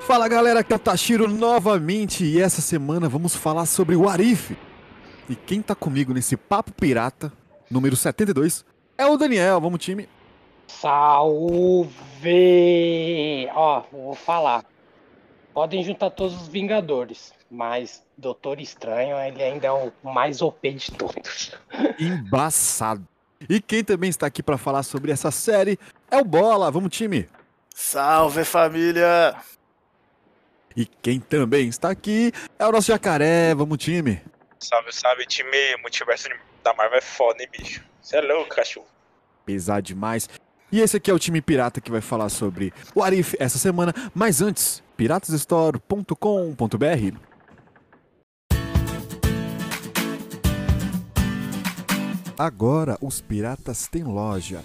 Fala galera, aqui é o Tashiro novamente e essa semana vamos falar sobre o Arif. E quem tá comigo nesse Papo Pirata, número 72, é o Daniel. Vamos, time. Salve! Ó, vou falar. Podem juntar todos os Vingadores, mas Doutor Estranho, ele ainda é o mais OP de todos. Embaçado. E quem também está aqui pra falar sobre essa série é o Bola. Vamos, time. Salve família! E quem também está aqui é o nosso jacaré. Vamos, time. Salve, salve, time multiverso de- da Marvel é foda, hein, bicho? Você é louco, cachorro. pesar demais. E esse aqui é o time pirata que vai falar sobre o Arif essa semana, mas antes, piratasstore.com.br. Agora os piratas têm loja.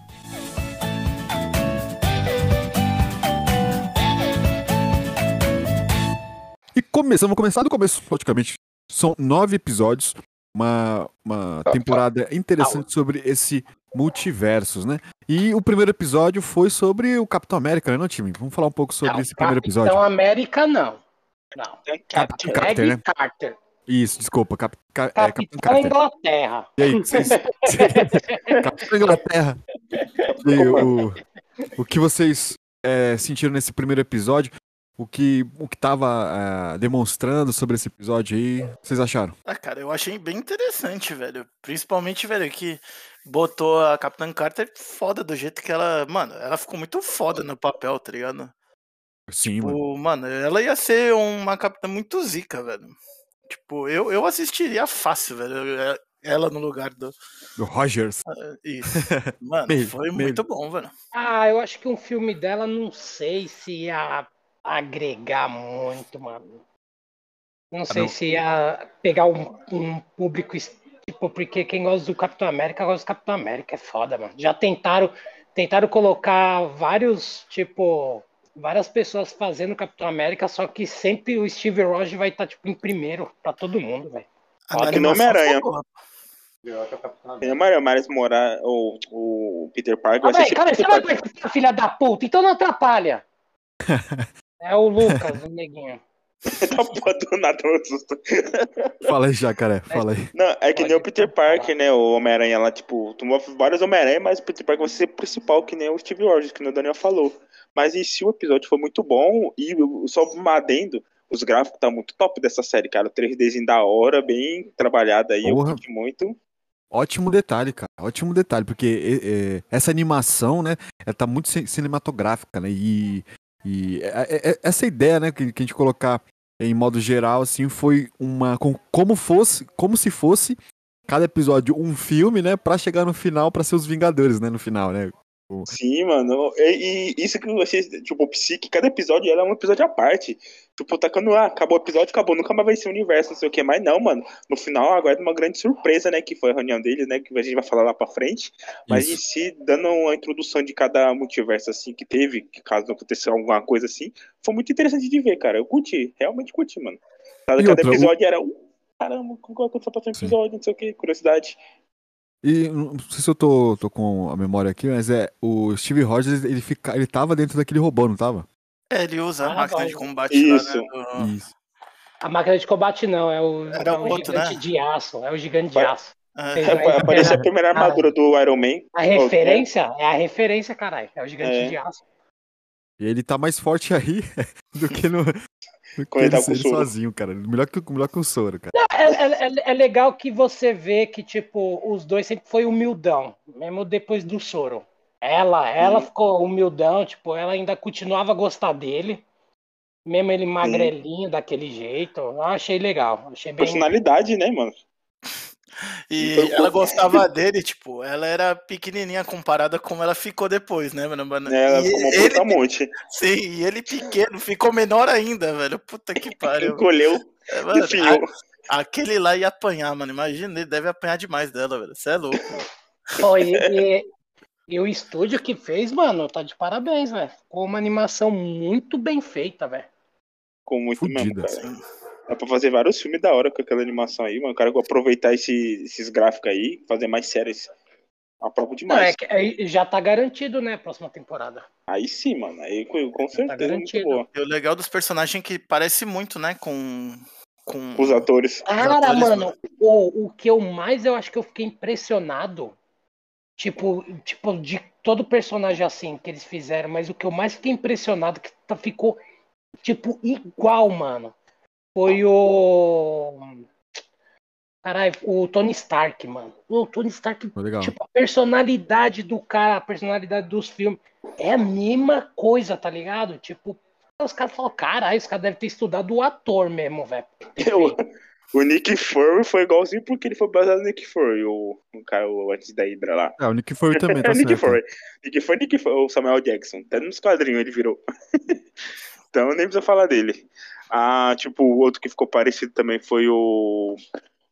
E começamos, vamos começar do começo, praticamente. São nove episódios, uma, uma temporada interessante sobre esse multiversos, né? E o primeiro episódio foi sobre o Capitão América, né, não, time? Vamos falar um pouco sobre esse primeiro episódio. Então, América, não. Não. Capitão Greg Carter, né? Carter. Isso, desculpa, Cap... Ca- é, Capitão Capitão Carter. Inglaterra. E aí, vocês... Capitão Inglaterra. E o, o que vocês é, sentiram nesse primeiro episódio? O que, o que tava é, demonstrando sobre esse episódio aí? O que vocês acharam? Ah, cara, eu achei bem interessante, velho. Principalmente, velho, que botou a Capitã Carter foda do jeito que ela. Mano, ela ficou muito foda no papel, tá ligado? Sim, mano. Tipo, mano, ela ia ser uma capitã muito zica, velho. Tipo, eu, eu assistiria fácil, velho. é- Ela no lugar do. Do Rogers. Isso. Mano, Meio, foi meio. muito bom, velho. Ah, eu acho que um filme dela, não sei se ia agregar muito, mano. Não sei não. se ia pegar um, um público, es- tipo, porque quem gosta do Capitão América, gosta do Capitão América, é foda, mano. Já tentaram, tentaram colocar vários, tipo, várias pessoas fazendo Capitão América, só que sempre o Steve Rogers vai estar, tipo, em primeiro pra todo mundo, velho. Fala A que no animação Homem-Aranha. ficou boa. É Mario Maris morar o, o Peter Parker Ah, vai ser velho, cara, tipo você Peter vai Parker. participar, filha da puta, então não atrapalha. é o Lucas, o neguinho. Tá porra do nada, eu assusto. Fala aí, Jacaré. Fala aí. Não, é que nem o Pode Peter falar. Parker, né? O Homem-Aranha lá, tipo, tomou vários Homem-Aranha, mas o Peter Parker vai ser o principal, que nem o Steve Rogers, que nem o Daniel falou. Mas em si o episódio foi muito bom e eu- só um adendo, os gráficos tá muito top dessa série, cara. O 3Dzinho da hora, bem trabalhado aí, Porra. eu curti muito. Ótimo detalhe, cara. Ótimo detalhe, porque é, é, essa animação, né, ela tá muito ci- cinematográfica, né? E, e é- é- é- essa ideia, né, que, que a gente colocar em modo geral, assim, foi uma com- como fosse, como se fosse cada episódio um filme, né, Pra chegar no final pra ser os Vingadores, né, no final, né? Sim, mano. E, e isso que eu achei, tipo, o Psique, cada episódio era um episódio à parte. Tipo, tacando, ah, acabou o episódio, acabou, nunca mais vai ser o universo, não sei o quê. Mas não, mano. No final, agora é uma grande surpresa, né? Que foi a reunião deles, né? Que a gente vai falar lá pra frente. Mas em Isso. si, dando uma introdução de cada multiverso, assim, que teve, que caso aconteça alguma coisa assim, foi muito interessante de ver, cara. Eu curti, realmente curti, mano. Cada, E cada outra, o- episódio era, uh, caramba, como que vai acontecer o próximo Sim. episódio, não sei o quê, curiosidade. E não sei se eu tô, tô com a memória aqui, mas é o Steve Rogers, ele fica, ele tava dentro daquele robô, não tava? É, ele usa a Ah, máquina bom. de combate lá, Isso. né, do- Isso. A máquina de combate não, é o, Era é o outro, gigante né? de aço. É o gigante de Vai. aço. É, Tem- É, Vai, aparece a vai, primeira vai. armadura do Iron Man. A referência é a referência, caralho. É o gigante É. de aço. E ele tá mais forte aí do que no. Do que Quando ele ele, tá com ele o soro. sozinho, cara. Melhor que, melhor que o soro, cara. É, é- é- é legal que você vê que, tipo, os dois sempre foi humildão, mesmo depois do soro. Ela, ela Hum. ficou humildão, tipo, ela ainda continuava a gostar dele. Mesmo Hum. ele magrelinho daquele jeito. Eu achei legal. Achei bem. Personalidade, né, mano? E Então, ela pô. gostava dele, tipo, ela era pequenininha comparada como ela ficou depois, né, mano? mano? Ela E fumou um ele, puta monte. sim, e ele pequeno ficou menor ainda, velho. Puta que pariu. É, Encolheu, Mano, definhou. a- aquele lá ia apanhar, mano. Imagina, ele deve apanhar demais dela, velho. Você é louco. velho. Pô, e, e- e o estúdio que fez, mano, tá de parabéns, velho. Ficou uma animação muito bem feita, velho. Ficou muito Fudida. mesmo, cara. Dá pra fazer vários filmes da hora com aquela animação aí, mano. O cara aproveitar esse- esses gráficos aí, fazer mais séries. Aprovo Não, é demais. que aí já tá garantido, né? Próxima temporada. Aí sim, mano. Aí com, com certeza muito Tá garantido. boa. E o legal dos personagens é que parece muito, né, com. com... Os atores. Cara, atores, mano, mano. o, o que eu mais eu acho que eu fiquei impressionado, tipo, tipo, de todo personagem assim que eles fizeram, mas o que eu mais fiquei impressionado que tá- ficou, tipo, igual, mano, foi o. Caralho, o Tony Stark, mano. O Tony Stark Foi legal. Tipo, a personalidade do cara, a personalidade dos filmes. É a mesma coisa, tá ligado? Tipo, os caras falam, caralho, os caras devem ter estudado o ator mesmo, velho. Eu- o Nick Fury foi igualzinho porque ele foi baseado no Nick Fury, o, o cara o, antes da Hydra lá. Ah, o Nick Fury também, tá É Nick certo. Fury. Nick Fury, Nick Fury, o Samuel Jackson. Até nos quadrinhos ele virou. então nem precisa falar dele. Ah, tipo, o outro que ficou parecido também foi o.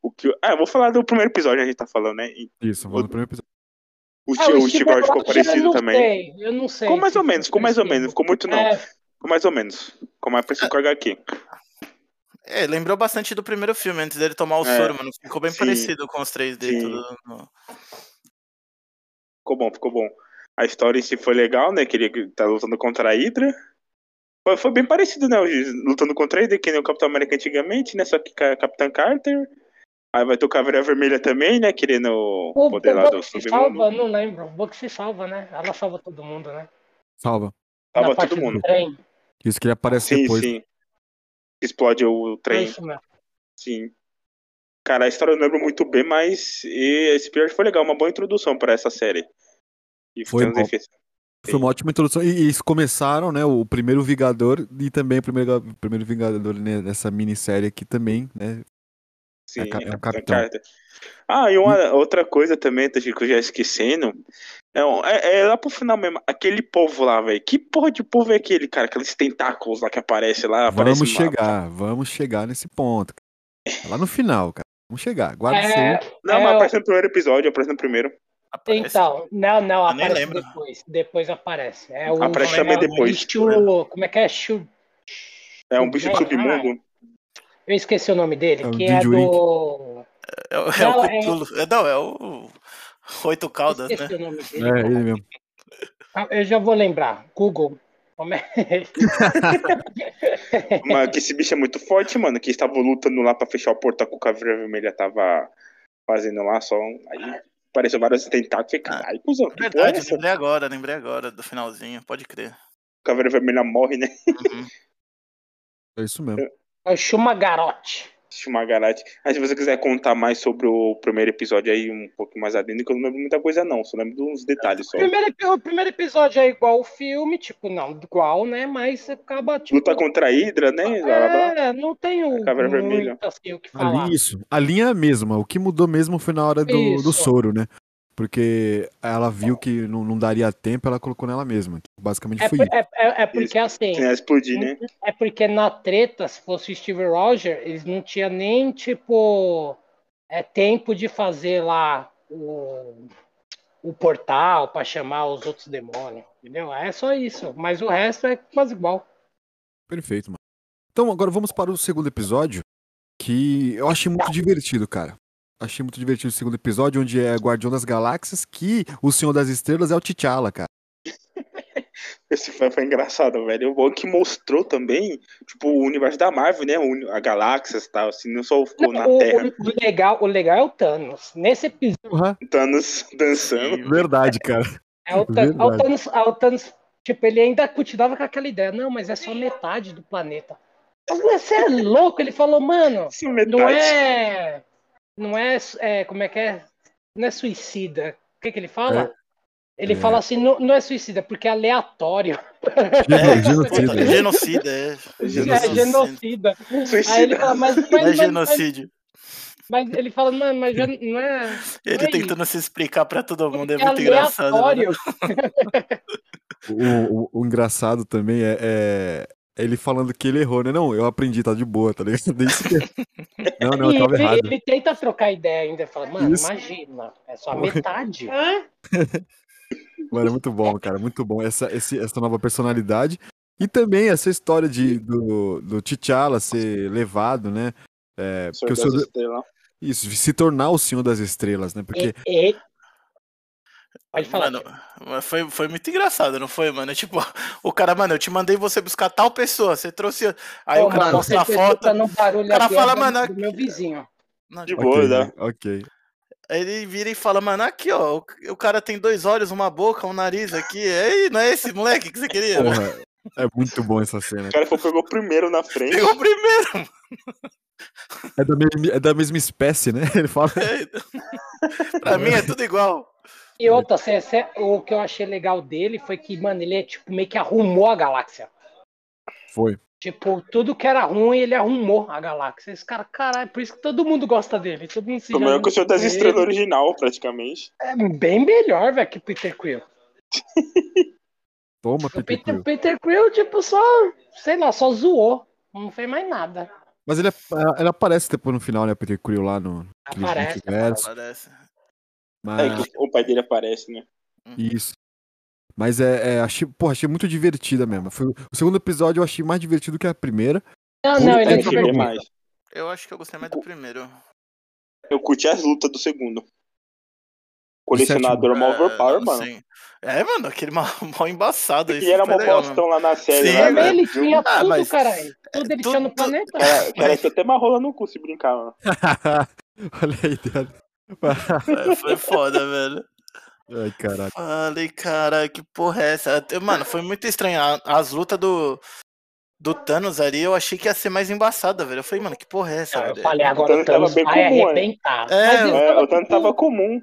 O que. Ah, eu vou falar do primeiro episódio que a gente tá falando, né? E Isso, vamos no primeiro episódio. Ah, O, Steve- o Steve Rogers ficou parecido "Ah, eu também. Sei, eu não sei. Ficou mais ou menos, ficou mais ou menos. parecido. não Ficou muito não. É, Ficou mais ou menos. Ficou mais parecido com o HQ. É, lembrou bastante do primeiro filme, antes dele tomar o É, soro, mano. Ficou bem sim, parecido com os 3D. sim. Tudo no- Ficou bom, ficou bom. A história em si foi legal, né? Que ele tá lutando contra a Hydra. Foi, foi bem parecido, né? os- Lutando contra a Hydra, que nem o Capitão América antigamente, né? Só que com a Capitã Carter. Aí vai ter o Caveira Vermelha também, né? Querendo o o, poder lá o do Buck se salva, submundo. não lembro. O Buck se salva, né? Ela salva todo mundo, né? Salva. Tava parte todo do mundo. Trem. é Isso que ele aparece Sim, depois. sim. Explode o É trem. isso mesmo. Sim. Cara, a história eu não lembro muito bem, mas e esse pior foi legal, uma boa introdução pra essa série. E Foi tem uns bom. efeitos. Foi uma ótima introdução. E, e eles começaram, né? O primeiro Vingador e também o primeiro, o primeiro Vingador né, nessa minissérie aqui também, né? Sim, É cap- é um Capitão capitão. Carter. Ah, e uma outra coisa também, Tati, que eu já esquecendo. É, um- é- é lá pro final mesmo, aquele povo lá, velho. Que porra de povo é aquele, cara? Aqueles tentáculos lá que aparece Tá lá. aparece Vamos uma- chegar, vamos chegar nesse ponto. cara. Tá Lá no final, cara. Vamos chegar. Guarda isso É, aí. Não, É, mas eu- aparece no primeiro episódio, aparece no primeiro. aparece. Então, não, não, Eu nem aparece lembro. depois. Depois aparece. É o, Aparece também é o depois. estilo- como é que é? Chu- É um bicho do submundo. Eu esqueci o nome dele, É o que é Didwig. do. É, o- é Não, o é- Cthulhu. É, não, é o Oito Caldas, né? Esqueci o nome dele. É, ele mesmo. Ah, Eu já vou lembrar. Google. Como é? Mas que esse bicho é muito forte, mano. Que estava lutando lá pra fechar o portal que o Caveira Vermelha tava fazendo lá, só. um- Aí apareceu vários tentáculos. Falei, Caralho, cuzão, que porra é Verdade, essa? lembrei agora, lembrei agora do finalzinho, pode crer. O Caveira Vermelha morre, né? Uhum. É isso mesmo. É o Shuma Garote. Shumagarate. Aí se você quiser contar mais sobre o primeiro episódio aí, um pouco mais adentro, que eu não lembro muita coisa não, só lembro dos detalhes O só. primeiro, epi- o primeiro episódio é igual o filme, tipo, não igual, né? Mas acaba, tipo. Luta contra a Hydra, né? blá, blá, blá. É, não tem o, Caveira Vermelha. muito assim, o que A falar. linha, isso. A linha é a mesma. O que mudou mesmo foi na hora do, do Isso. soro, né? Porque ela viu que não, não daria tempo, ela colocou nela mesma. Basicamente É, foi por- isso. é, é- é porque assim. Sem ela explodir, né? É porque na treta, se fosse o Steve Rogers, eles não tinham nem, tipo, é, tempo de fazer lá o, o portal pra chamar os outros demônios, entendeu? É só isso. Mas o resto é quase igual. Perfeito, mano. Então agora vamos para o segundo episódio, que eu achei muito divertido, cara. Achei muito divertido o segundo episódio, onde é Guardião das Galáxias, que o Senhor das Estrelas é o T'Challa, cara. Esse foi, foi engraçado, velho. O bom que mostrou também, tipo, o universo da Marvel, né? O uni- A galáxias e tal, assim, não só ficou na o, Terra. o- o legal, o legal é o Thanos. Nesse episódio Porra. Thanos dançando. E- Verdade, cara. é o, Than- Verdade. o Thanos, é o Thanos, tipo, ele ainda continuava com aquela ideia, não, mas é só metade do planeta. Você é louco? Ele falou, mano, Isso é metade. Não é. Não é, é, Como é que é? Não é suicida. O que, que ele fala? Ele fala assim, não, não é suicida, porque é aleatório. É, Genocida. puta, genocida, é. É genocida. Aí ele Suicida. fala, mas, mas, Não é mas, mas, genocídio. mas ele fala, mano, mas já não é. Ele Oi. tentando se explicar pra todo mundo é é muito engraçado. né? aleatório. O, o- o engraçado também é, é ele falando que ele errou, né? Não, eu aprendi, tá de boa, tá ligado? Daí você- Ah, Não, não, E eu tava ele, errado. ele tenta trocar ideia ainda. Fala, mano, Isso. Ah, imagina, é só a metade. Mano, é muito bom, cara, muito bom essa, esse- essa nova personalidade. E também essa história de, do, do T'Challa ser levado, né? É, porque o Senhor das Senhor- Estrelas. isso, se tornar o Senhor das Estrelas, né? Porque E- e- Pode falar. Mano, mas foi, foi muito engraçado, não foi, mano? Tipo, o cara, mano, eu te mandei você buscar tal pessoa, você trouxe. Aí o Porra, cara mano, posta a você foto. tá no barulho O cara aqui, fala, é do- mano, do meu vizinho. Não, De tipo, boa, ok, né? ok. aí ele vira e fala, mano, aqui, ó, o, o cara tem dois olhos, uma boca, um nariz aqui. Aí, não é esse moleque que você queria? mano? Porra, é muito bom essa cena. O cara foi pegou primeiro na frente. Pegou o primeiro, mano. É da, mesma, é da mesma espécie, né? Ele fala. Pra mim é tudo igual. E outra, cê- cê- o que eu achei legal dele foi que, mano, ele é, tipo, meio que arrumou a galáxia. Foi. Tipo, tudo que era ruim, ele arrumou a galáxia. Esse cara, caralho, por isso que todo mundo gosta dele. Todo mundo se Foi melhor que o Senhor das ele. Estrelas original, praticamente. É bem melhor, velho, que Peter Quill. Toma, O Peter Peter, Quill. Peter Quill, tipo, só, sei lá, só zoou. Não fez mais nada. Mas ele, ele aparece depois no final, né? Peter Quill lá no naquele Aparece. multiverso, Parece. mas- É que o pai dele aparece, né? Isso. Mas é, é, achei, porra, achei muito divertida mesmo. Foi, o segundo episódio eu achei mais divertido que a primeira. Não, Ele não, tá ele é de Eu queria divertido. mais. Eu acho que eu gostei mais do Tipo, primeiro. Eu curti as lutas do segundo. Colecionador É, mal overpower, não mano. sei. É, mano, aquele mal, mal embaçado. E isso era foi uma legal, mano. bostão lá na série. Sim, lá, velho. né? Mas ele tinha Ah, tudo, mas- caralho. Tudo ele tinha no tudo- planeta. Cara, cara, tinha até mais rola no cu se brincar, mano. Olha aí, cara. É, foi foda, velho. Ai, caralho. Falei, cara, que porra é essa? Até- Mano, foi muito estranho. A- As lutas do, do Thanos ali, eu achei que ia ser mais embaçada, velho. Eu falei, mano, que porra é essa, Não, eu velho? falei, agora Então o ele tava Thanos vai bem comum, né? arrebentar. É, Mas ele É, o Thanos tipo, tava comum.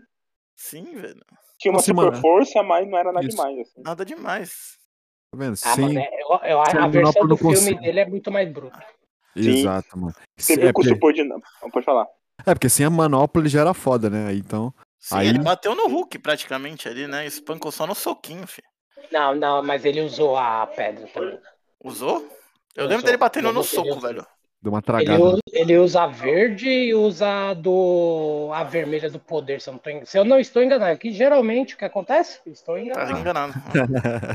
Sim, velho. Tinha uma Nossa, super mano. força, mas não era nada Isso. demais, assim. Nada demais. Tá vendo? Ah, Sim, mano, é- eu- eu- a- Sim, a não, versão eu do não filme consigo. dele é muito mais bruta. Sim. exato, mano. Você é, viu que o porque, subordinado. Pode falar. é, porque sem a manopla ele já era foda, né? Aí, Então, Sim, Aí- ele bateu no Hulk praticamente ali, né? Espancou só no soquinho, filho. Não, não, mas ele usou a pedra também. Usou? Eu Usou. lembro dele batendo É, então, Eu no gostei soco, dele. velho. deu uma Ele, tragada. u- ele usa a verde e usa a do a vermelha do poder, se eu não, tô, engan- se eu não estou enganado. Que geralmente o que acontece? Estou Tá enganado. enganado. né?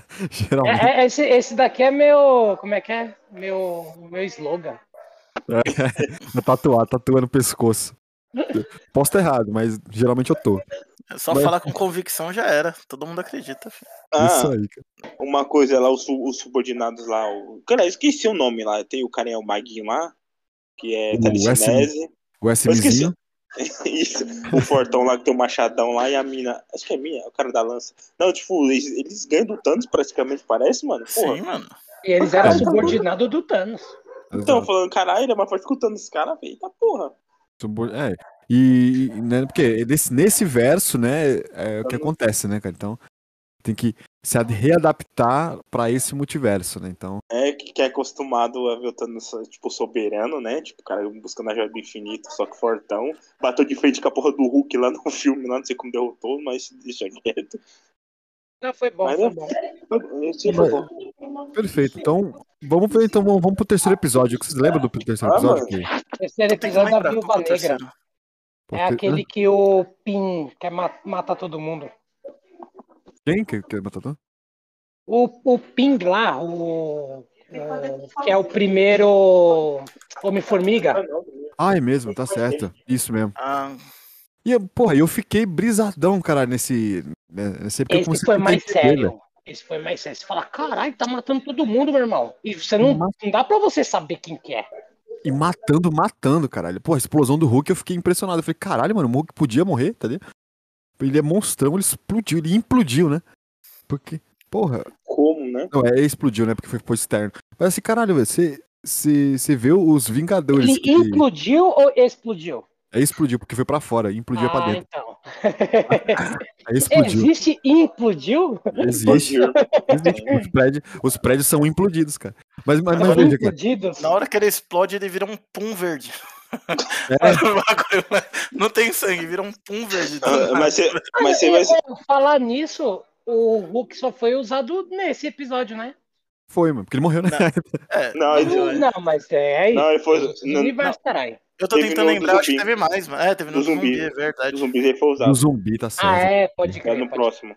Geralmente. É- é- esse, esse daqui é meu. Como é que é? Meu, meu slogan. Vou tatuar, tatua no pescoço. Posso estar errado, mas geralmente eu tô. É só Mas- falar com convicção já era. Todo mundo acredita, filho. Isso Ah, aí, cara. uma coisa lá, os, su- os subordinados lá. O... Cara, eu esqueci o nome lá. Tem o carinha, o Maguinho lá, que é O telecinese. O esqueci. SMzinho. Isso, o Fortão lá que tem o Machadão lá e a mina. Acho que é minha, o cara da lança. Não, tipo, eles, eles ganham do Thanos praticamente, parece, mano. Porra. Sim, mano. E eles eram Caralho. subordinados do Thanos. Então, Exato. falando, caralho, ele é mais forte que o Thanos, cara, velho. Tá porra. Subor- É. E, e, né, porque nesse, nesse verso, né, é o que acontece, né, cara? Então, tem que se ad- readaptar pra esse multiverso, né? Então, É, que, que é acostumado a ver o Thanos, tipo, soberano, né? Tipo, o cara buscando a joia do infinito, só que Fortão. Bateu de frente com a porra do Hulk lá no filme, lá, não sei como derrotou, mas deixa quieto. Não, foi bom, Mas foi é- bom. Eu- eu sei, por favor. perfeito. Então, vamos ver, então, vamos, vamos pro terceiro episódio. Vocês lembram do terceiro Ah, episódio? mano. É Que- Terceiro Tem que episódio da lembrar Viúva qual que é o Negra. terceiro. É aquele que o Pin quer ma- matar todo mundo. Quem que, que matou? todo? O, o Ping lá, o, o- que é o primeiro Homem-Formiga, né? Ah, é mesmo, tá certo. Isso mesmo. Ah, E, eu- porra, eu fiquei brisadão, cara, nesse... né, Nesse porque eu esse consegui foi mais entender, velho. sério. Esse foi mais sério. Você fala, caralho, tá matando todo mundo, meu irmão. E você não, Mas- não dá pra você saber quem que é. E matando, matando, caralho. Porra, a explosão do Hulk, eu fiquei impressionado. Eu falei, caralho, mano, o Hulk podia morrer, tá ligado? Ele é monstrão, ele explodiu, ele implodiu, né? Porque, porra. Como, né? Não, é, explodiu, né? Porque foi, foi externo. Mas assim, caralho, velho, você. Você você vê os Vingadores. Ele que- implodiu ou explodiu? É, explodiu, porque foi pra fora, implodia pra ah, dentro. então. Aí explodiu. Existe e implodiu? Existe. existe. tipo, Os, prédios, os prédios são implodidos, cara. Mas, mas, mas veja, cara. Implodidos? Na hora que ele explode, ele vira um pum verde. É. né? Não tem sangue, vira um pum verde. Ah, Mas você mas você E, vai. ô, Falar nisso, o Hulk só foi usado nesse episódio, né? Foi, mano, porque ele morreu, né? É, Não, ele- Não, mas é isso. Não, ele foi. Não, Universo, caralho. eu tô teve tentando no lembrar, acho que zumbi. teve mais, mas é, teve no No zumbi, zumbi. é do verdade. zumbi ele foi O usado. zumbi tá certo. Ah, é, pode É crer. no pode próximo.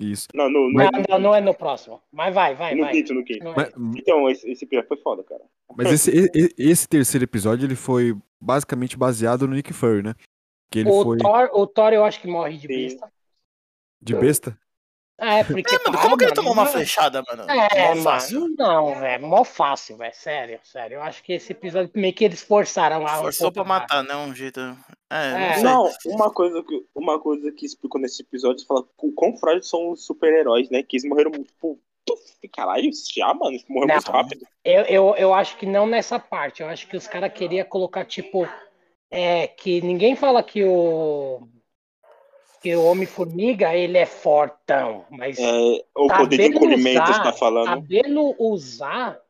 Isso. Não, no, no, crer. Não, não, não é no próximo. Mas vai, vai, no vai. quinto, no quinto. Não é. Mas, Então, esse, esse episódio foi foda, cara. mas esse, e- e- esse terceiro episódio, ele foi basicamente baseado no Nick Fury, né? Que ele o, foi Thor, o Thor eu acho que morre de Sim. besta. de besta. É, porque. É, mano, como que ele Ah, tomou mano, uma não- flechada, mano? É, Mó fácil. mano, não, velho. Mó fácil, velho. Sério, sério. Eu acho que esse episódio meio que eles forçaram lá. um Forçou pra pouco mais. matar, né? Um jeito. É, É. não sei. Não, uma coisa, que, uma coisa que explicou nesse episódio fala o quão frágeis são os super-heróis, né? Que eles morreram muito. Tipo, tu- caralho, já, mano, eles morreram Não. muito rápido. Eu, eu, eu acho que não nessa parte. Eu acho que os caras queriam colocar, tipo, é, que ninguém fala que o. Que o Homem-Formiga, ele é fortão. Mas É, o Tá poder de bem encolhimento, você tá usado, falando. sabendo usar,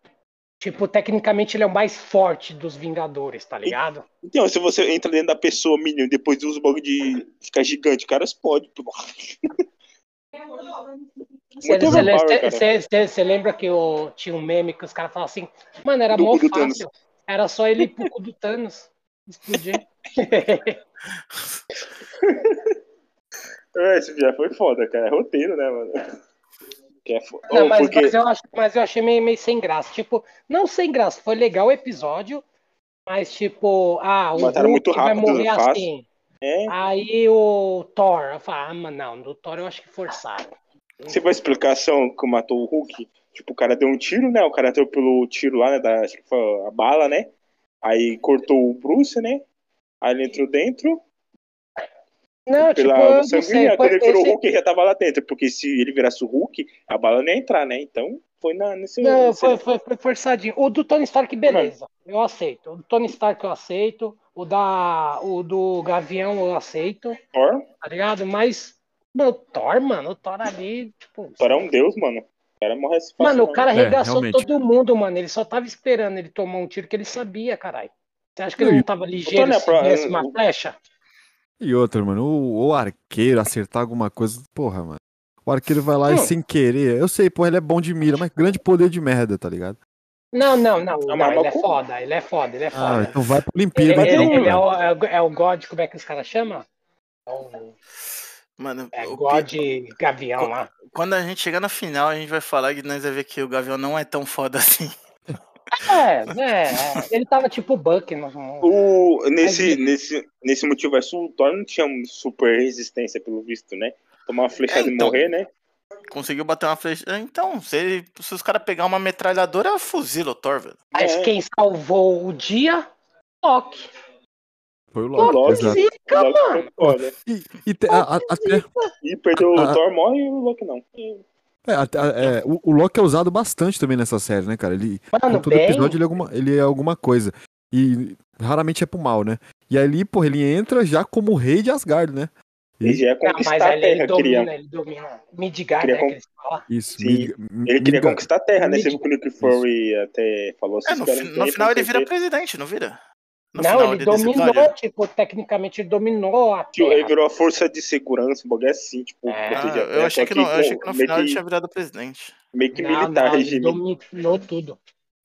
tipo, tecnicamente ele é o mais forte dos Vingadores, tá ligado? Então, se você entra dentro da pessoa, menino, depois usa o bagulho de ficar gigante, o cara explode. pô. Muito overpower, cara. Você lembra que o- tinha um meme que os caras falavam assim, mano, era Do mó cu do fácil. Era só ele ir pro cu do Thanos explodir. É, esse já foi foda, cara. É roteiro, né, mano? Que é foda. Não, mas, porque... mas eu acho, mas eu achei meio, meio sem graça. Tipo, não sem graça, foi legal o episódio, mas tipo, ah, o Mataram muito Hulk vai rápido, morrer fácil. assim. É, Aí o Thor, eu falo, ah, mas não, do Thor eu acho que forçaram. você vai explicação que matou o Hulk? Tipo, o cara deu um tiro, né? O cara atropelou o tiro lá, né? Da, acho que foi a bala, né? Aí cortou o Bruce, né? Aí ele entrou dentro, Não, tipo, pela eu não sei, sanguínea, foi- quando ele virou o esse- Hulk, ele já tava lá dentro, porque se ele virasse o Hulk, a bala não ia entrar, né? Então, foi na, nesse... não, nesse- foi, foi- foi forçadinho. O do Tony Stark, beleza. Eu aceito. O do Tony Stark eu aceito. O, da, o do Gavião eu aceito, Thor, tá ligado? Mas mano, o Thor, mano, o Thor ali, tipo. Thor é um deus, mano. O cara morre assim fácil, Mano, não. o cara É, arregaçou realmente. todo mundo, mano. Ele só tava esperando ele tomar um tiro que ele sabia, caralho. Você acha que ele Não, não tava ligeiro Tony é se pro- desse uma o- flecha? E outra, mano, o, o arqueiro acertar alguma coisa, porra, mano. O arqueiro vai lá e Não. sem querer. Eu sei, porra, ele é bom de mira, mas grande poder de merda, tá ligado? Não, não, não. Não, não, mas ele é louco. foda, ele é foda, ele é Ah, foda. então vai pra ele, Olimpíada, ele- então, ele é, cara. o, é o- é o God, como é que os caras chamam? É o- Mano, É o God pi- Gavião lá. quando a gente chegar na final, a gente vai falar que nós vai ver que o Gavião não é tão foda assim. É, né? é. Ele tava tipo Buck no. no- O, nesse, Mas- nesse, nesse multiverso, o Thor não tinha super resistência, pelo visto, né? Tomar uma flechada É, então. e morrer, né? Conseguiu bater uma flecha. Ah, Então, se, ele- se os caras pegar uma metralhadora, fuzila o Thor, velho. Mas É. quem salvou o dia? Loki. Foi o Loki. Loki exato. zica, o Loki mano. foi foda. E, e te- a- a- até, E perdeu Ah, o ah. Thor, morre e o Loki não. E- é, até- é, o, o Loki é usado bastante também nessa série, né, cara? Ele, Mano, Com todo Ah, bem. episódio ele é, alguma, ele é alguma coisa. E raramente é pro mal, né? E ali, porra, ele entra já como o rei de Asgard, né? Ele já ia Não, mas conquistar a ele, né? ele Terra, domina, queria. ele domina. Midgard, Queria né? com- Que eles falam. Isso. Sim. Mid- Ele queria Midgar- conquistar a Terra, né? Ele- Você viu que o Nick Fury até falou assim. É, no, fi- no final ele vira presidente, não vira? No Não, final ele desse dominou, episódio? tipo, tecnicamente ele dominou a Tipo, Ele Terra. virou a força de segurança, um bagulho assim, tipo, É. proteger a Ah, eu Terra, achei só que, não, eu achei com- que no meio final ele que- tinha virado presidente. Meio que Não, um militar, não, ele regime. dominou tudo.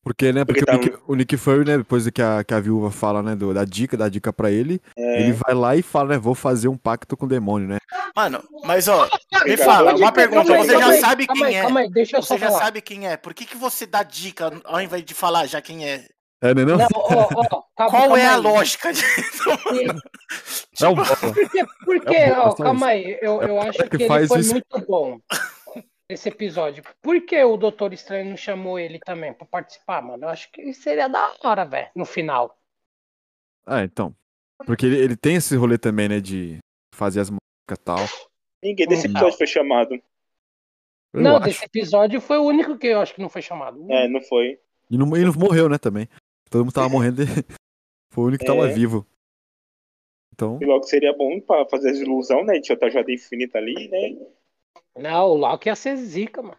Porque, né? Porque, Porque o, Nick, o Nick Fury, né? Depois que a, que a viúva fala, né? do- da dica, dá dica pra ele. É. Ele vai lá e fala, né? Vou fazer um pacto com o demônio, né? Mano, mas ó, me Obrigado. fala, Pode uma pegar, pergunta, calma aí, você calma já aí, sabe calma aí, quem é? Calma aí, deixa eu só Você já falar. sabe quem é. Por que, que você dá dica ao invés de falar já quem é? É, né? Não, Não, ó, ó, calma, Qual calma é a aí. lógica disso? Não, bola. Porque, porque É um bom, ó, só calma aí, eu, É eu um acho cara que que, ele faz foi isso. muito bom esse episódio. Por que o Doutor Estranho não chamou ele também pra participar, mano? Eu acho que seria da hora, velho, no final. Ah, então. Porque ele, ele tem esse rolê também, né? De fazer as músicas e tal. Ninguém desse Não. episódio foi chamado. Eu não, acho. desse episódio foi o único que eu acho que não foi chamado. É, não foi. E não, e não morreu, né, também. Todo mundo tava morrendo. e Foi o único que tava É. vivo. Então, E logo seria bom pra fazer as ilusão, né? De Tajada Infinita ali, né? Não, o Loki ia ser zica, mano.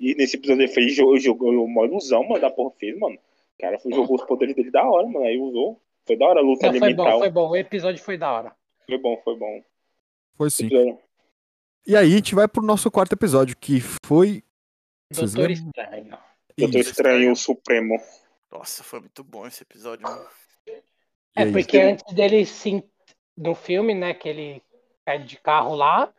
E nesse episódio ele fez, jogou, jogou uma ilusão, mano, da porra fez, mano. O cara foi- jogou os poderes dele da hora, mano. Aí usou. Foi da hora a luta Não, foi bom, elemental. foi bom. O episódio foi da hora. Foi bom, foi bom. foi sim. Episódio- E aí a gente vai pro nosso quarto episódio, que foi. Vocês Doutor lembram? Estranho. Doutor Isso. Estranho Supremo. Nossa, foi muito bom esse episódio, mano. E É, aí? porque antes dele se. No filme, né, que ele cai de carro lá,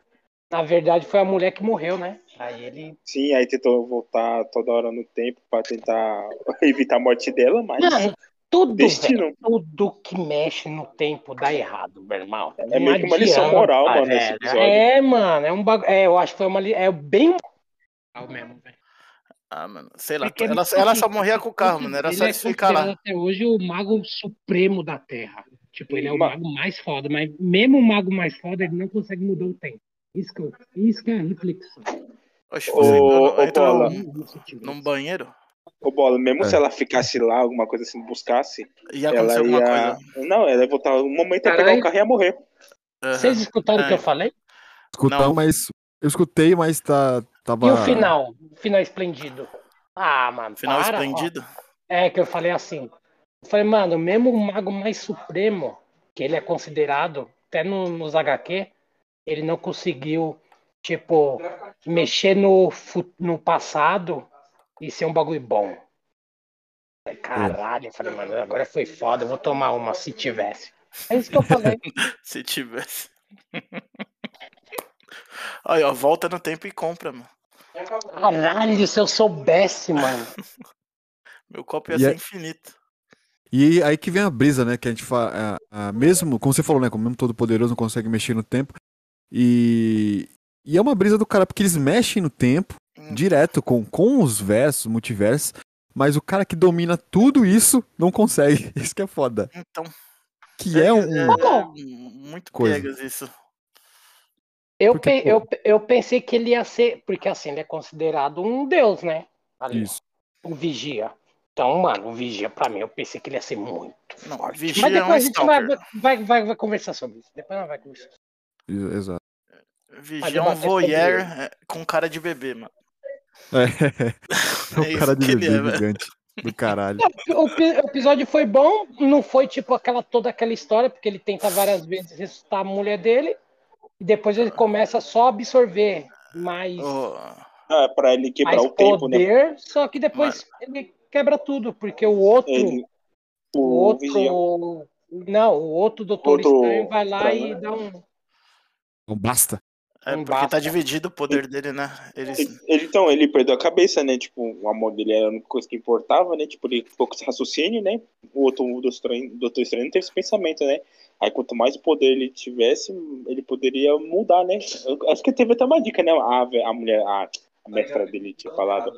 na verdade foi a mulher que morreu, né? Aí ele. Sim, aí tentou voltar toda hora no tempo pra tentar evitar a morte dela, mas Mano, é tudo, velho, destino. tudo que mexe no tempo dá errado, meu irmão. É meio que uma lição adianta, moral, mano, velho. esse episódio. É, mano, é um bagulho. É, eu acho que foi uma. li- É bem. moral mesmo, velho. Ah, mano, sei lá. Porque Ela, ele- ela só morria com o carro, mano. Era só é eles ficar considerado lá. Até hoje o mago supremo da Terra. Tipo, ele é o Ma- mago mais foda, mas mesmo o mago mais foda, ele não consegue mudar o tempo. Isso que, eu- isso que é a reflexão. Oxe, Ô, você entrou, ô, entrou Bola. num, num banheiro Ô, Bola, É. mesmo se ela ficasse lá, alguma coisa assim, buscasse, e ela aconteceu alguma ia. coisa. Não, ela ia voltar. Um momento ia pegar Caralho. o carro e ia morrer. Aham. Vocês escutaram o que É. eu falei? Escutar, Não. mas. Eu escutei, mas tá. Tava... E o final? O final esplendido. Ah, mano. Final para, ó. esplêndido. É, que eu falei assim. Eu falei, mano, mesmo o mago mais supremo, que ele é considerado, até no- nos HQ, ele não conseguiu, tipo, mexer no, fu- no passado e ser um bagulho bom. Eu falei, Caralho, eu falei, mano, agora foi foda, eu vou tomar uma se tivesse. É isso que eu falei. Se tivesse. Aí, ó, volta no tempo e compra, mano. Caralho, se eu soubesse, mano. Meu copo E ia é ser aí- infinito. E aí que vem a brisa, né? Que a gente fala. a- a- mesmo, como você falou, né? Como mesmo todo poderoso não consegue mexer no tempo. E. E é uma brisa do cara, porque eles mexem no tempo Hum. direto com, com os versos, multiversos, mas o cara que domina tudo isso não consegue. Isso que é foda. Então, Que é um. muito Coisa. pegas isso. Eu, Porque, pe- pô- eu, eu pensei que ele ia ser, porque assim, ele é considerado um deus, né? Ali, Isso. O um Vigia. Então, mano, o Vigia, pra mim, eu pensei que ele ia ser muito. Não, forte. Vigia Mas é um depois a gente vai, stalker. vai, vai, vai conversar sobre isso. Depois nós vai conversar. Ex- Exato. Vigia é um debater sobre voyeur ele. é, com cara de bebê, mano. É, é É um isso cara de que ele é, bebê velho. gigante. Do caralho. O epi- o episódio foi bom, não foi tipo aquela toda aquela história, porque ele tenta várias vezes ressuscitar a mulher dele, e depois ele começa só a absorver mais, Ô, é Ah, pra ele quebrar mais o tempo, né? poder, só que depois ele quebra tudo, porque o outro. Ele, o, O outro. vigia- Não, o outro doutor Outro estranho vai lá estranho, e né? dá um. Então basta. É Não porque tá Um basta. dividido o poder dele, né? Ele, ele- ele, então, ele perdeu a cabeça, né? Tipo, o amor dele era a única coisa que importava, né? Tipo, ele ficou com esse raciocínio, né? O outro o Doutor Estranho, o Doutor Estranho não teve esse pensamento, né? Aí quanto mais poder ele tivesse, ele poderia mudar, né? Eu acho que teve até uma dica, né? A, ve- a mulher, a, a mestra dele tinha falado.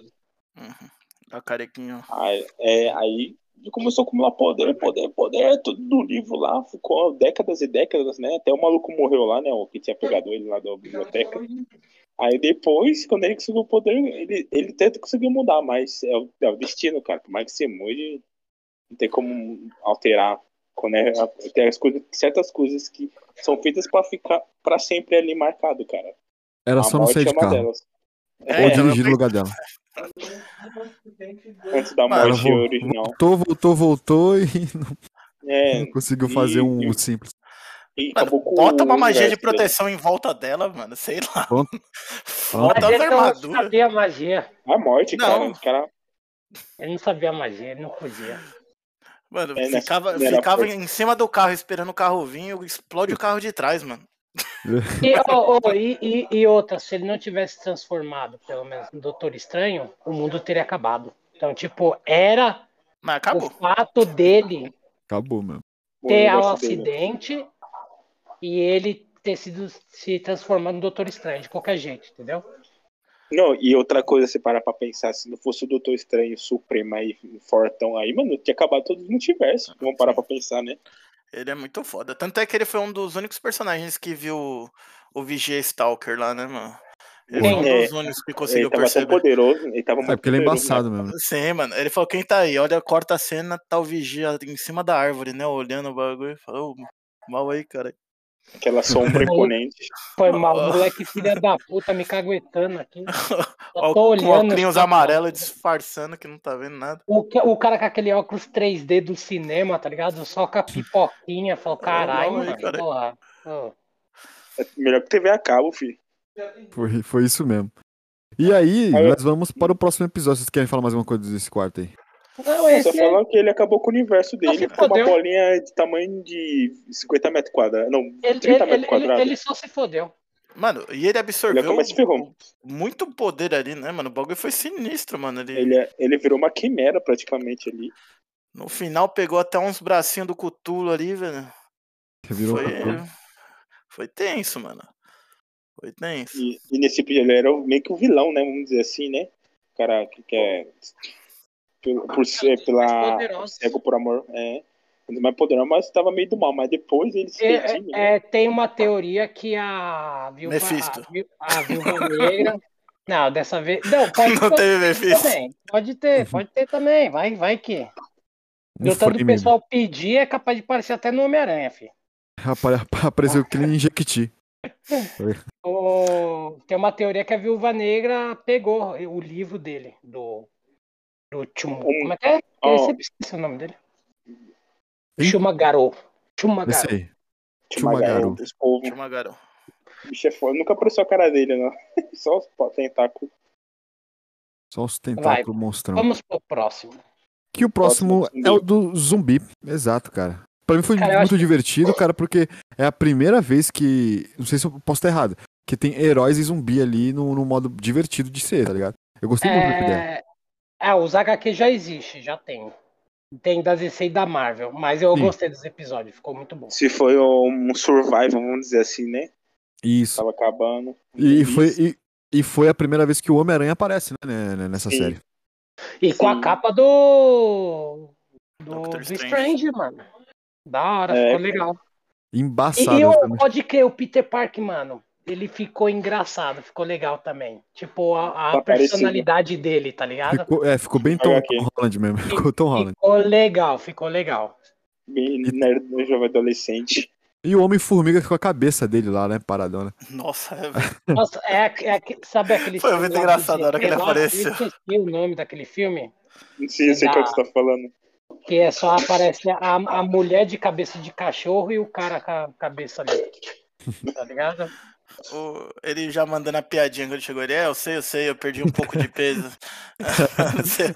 Uhum. A carequinha. Aí, é, aí ele começou a acumular poder, poder, poder, tudo do livro lá. Ficou décadas e décadas, né? Até o maluco morreu lá, né? O que tinha pegado ele lá da biblioteca. Aí depois, quando ele conseguiu o poder, ele, ele tenta conseguir mudar, mas é o, é o destino, cara. Por mais que você mude, não tem como alterar. Quando é, tem as coisas, certas coisas que são feitas pra ficar pra sempre ali marcado, cara. Era A só não morte sair é de uma carro. delas. É, Ou então, dirigir no eu- lugar dela. Antes da Mano, Ela morte vo- original. voltou, voltou, voltou e É, não conseguiu e- fazer um e- simples. e Mano, acabou com bota uma o magia né? de universo dele. proteção em volta dela, mano. Sei lá. Pronto. Mas é um Bota as ele não armaduras. sabia magia. A morte, Não. cara. Os cara Ele não sabia magia, ele não podia. Mano, É, né? ficava, Primeira ficava força. em cima do carro esperando o carro vir, explode o carro de trás, mano. E, ó, ó, e- e- e outra, se ele não tivesse transformado, pelo menos, no Doutor Estranho, o mundo teria acabado. Então, tipo, era Mas o acabou. fato dele Acabou mesmo. o ter um universo dele. acidente e ele ter sido se transformado no Doutor Estranho, de qualquer jeito, entendeu? Não, e outra coisa, se parar pra pensar, se não fosse o Doutor Estranho Supremo aí, Fortão aí, mano, tinha acabado todo o multiverso. Vamos parar pra pensar, né? Ele é muito foda. Tanto é que ele foi um dos únicos personagens que viu o Vigia Stalker lá, né, mano? Ele foi um Sim, é. dos únicos que Ele conseguiu tava tão perceber. poderoso, ele tava muito É porque ele é poderoso, né? embaçado mesmo. Sim, mano. Ele falou, quem tá aí? Olha, corta a cena, tá o Vigia em cima da árvore, né? Olhando o bagulho. Falou, Mal aí, cara. Aquela sombra imponente. Foi mal, moleque filha da puta me caguetando aqui. Ó, Só com tô olhando. óculos só. amarelos disfarçando que não tá vendo nada. O, ca- o cara com aquele óculos 3D do cinema, tá ligado? Só com a pipoquinha. Falou, caralho, mal É, aí, mano. cara. porra. Ô, É melhor que TV a cabo, filho. né? Foi, foi isso mesmo. E aí, Aí- nós vamos para o próximo episódio. Vocês querem falar mais alguma coisa desse quarto aí? Não, Só esse é tá falando que ele acabou com o universo dele tá se com uma fodeu. bolinha de tamanho de 50 metros quadrados. Não, é, Ele, 30 ele- metros ele- ele- quadrados. ele só se fodeu. Mano, e ele Ele é absorveu acabou se ferrou. muito poder ali, né, mano? O bagulho foi sinistro, mano. Ele, Ele, é- ele virou uma quimera praticamente ali. no final pegou até uns bracinhos do Cutulo ali, velho. Virou Foi, é. um- foi tenso, mano. Foi tenso. E, e nesse episódio ele era meio que o vilão, né? Vamos dizer assim, né? O cara que quer. Pelo, por, ser- pela. Poderoso. Cego por amor. É. Um dos mais poderosos, mas tava meio do mal. Mas depois ele se É, redime, né? é, é, tem uma teoria que a viúva, Mephisto. a viú- a viúva negra. Não, dessa vez. Não, pode Não Uhum. ter teve benefício. também. Pode ter, pode ter também. Vai, vai que. um Eu tanto o frame. pessoal pedir é capaz de parecer até no Homem-Aranha, filho. Apare- Apareceu que nem Jequiti. O- Tem uma teoria que a viúva negra pegou o livro dele, do. Do Chum. Como é que é? Um Ó. Eu sempre esqueço o nome dele. Hein? Chuma Garou. Chuma Esse Garou. aí. Tinha uma Chumagaru. garota, esse povo. Chama, Garão. O bicho é foda. Nunca apareceu a cara dele, não. Só os tentáculos. Só os tentáculos monstrão. Vamos pro próximo. Que o próximo Próximo é o do zumbi. Exato, cara. Pra mim foi Cara, eu muito divertido, cara, porque é a primeira vez que. Não sei se eu posso estar errado. Que tem heróis e zumbi ali no, no modo divertido de ser, tá ligado? Eu gostei muito da ideia. É... Ah, os HQ já existe, já tem. Tem da DC e da Marvel, mas eu Sim. gostei dos episódios, ficou muito bom. Se foi um survival, vamos dizer assim, né? Isso. Tava acabando. E foi, e, e foi a primeira vez que o Homem-Aranha aparece, né, né, nessa Sim. série. E com Sim. a capa do. Do, Doctor do Strange. Strange. mano. Da hora, É, ficou legal. E, Embaçado. né, e o, também. pode crer, o Peter Park, mano, ele ficou engraçado, ficou legal também. Tipo, a, a Tá parecido. personalidade dele, tá ligado? Ficou, é, ficou bem Tom, HQ. Tom Holland mesmo. Ficou Tom Holland. Ficou legal, ficou legal. Bem nerd, né, jovem adolescente. E o Homem-Formiga com a cabeça dele lá, né? Paradona. Nossa, velho. Nossa, é, aque- é aque- sabe aquele Foi filme muito lá do engraçado a hora que ele 19? apareceu. Eu esqueci o nome daquele filme. Não sei, eu sei qual que você tá falando. Que é só aparece a, a mulher de cabeça de cachorro e o cara com a cabeça ali. Tá ligado? O- ele já mandando a piadinha quando chegou. Ele, é, eu sei, eu sei, eu perdi um pouco de peso. Não sei.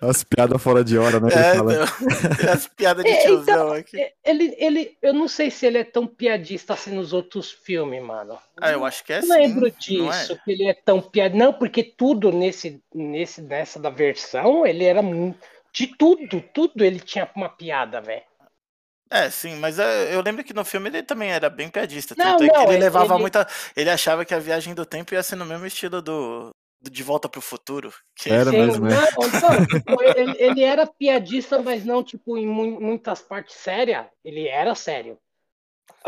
As piadas fora de hora, né? que ele É, fala. então, as piadas de É, então, tiozão aqui. Ele, ele, eu não sei se ele é tão piadista assim nos outros filmes, mano. Ah, eu acho que é Eu assim. não lembro não é? disso, que ele é tão piadista. Não, porque tudo nesse, nesse, nessa da versão, ele era muito. De tudo, tudo ele tinha uma piada, velho. É, sim, mas é, eu lembro que no filme ele também era bem piadista. Não, tanto é que não, ele ele- levava ele- muita. Ele achava que a viagem do tempo ia ser no mesmo estilo do, do De Volta pro Futuro. que- Era Sim, mesmo, é. não, não, ele, ele era piadista, mas não, tipo, em mu- muitas partes séria, ele era sério.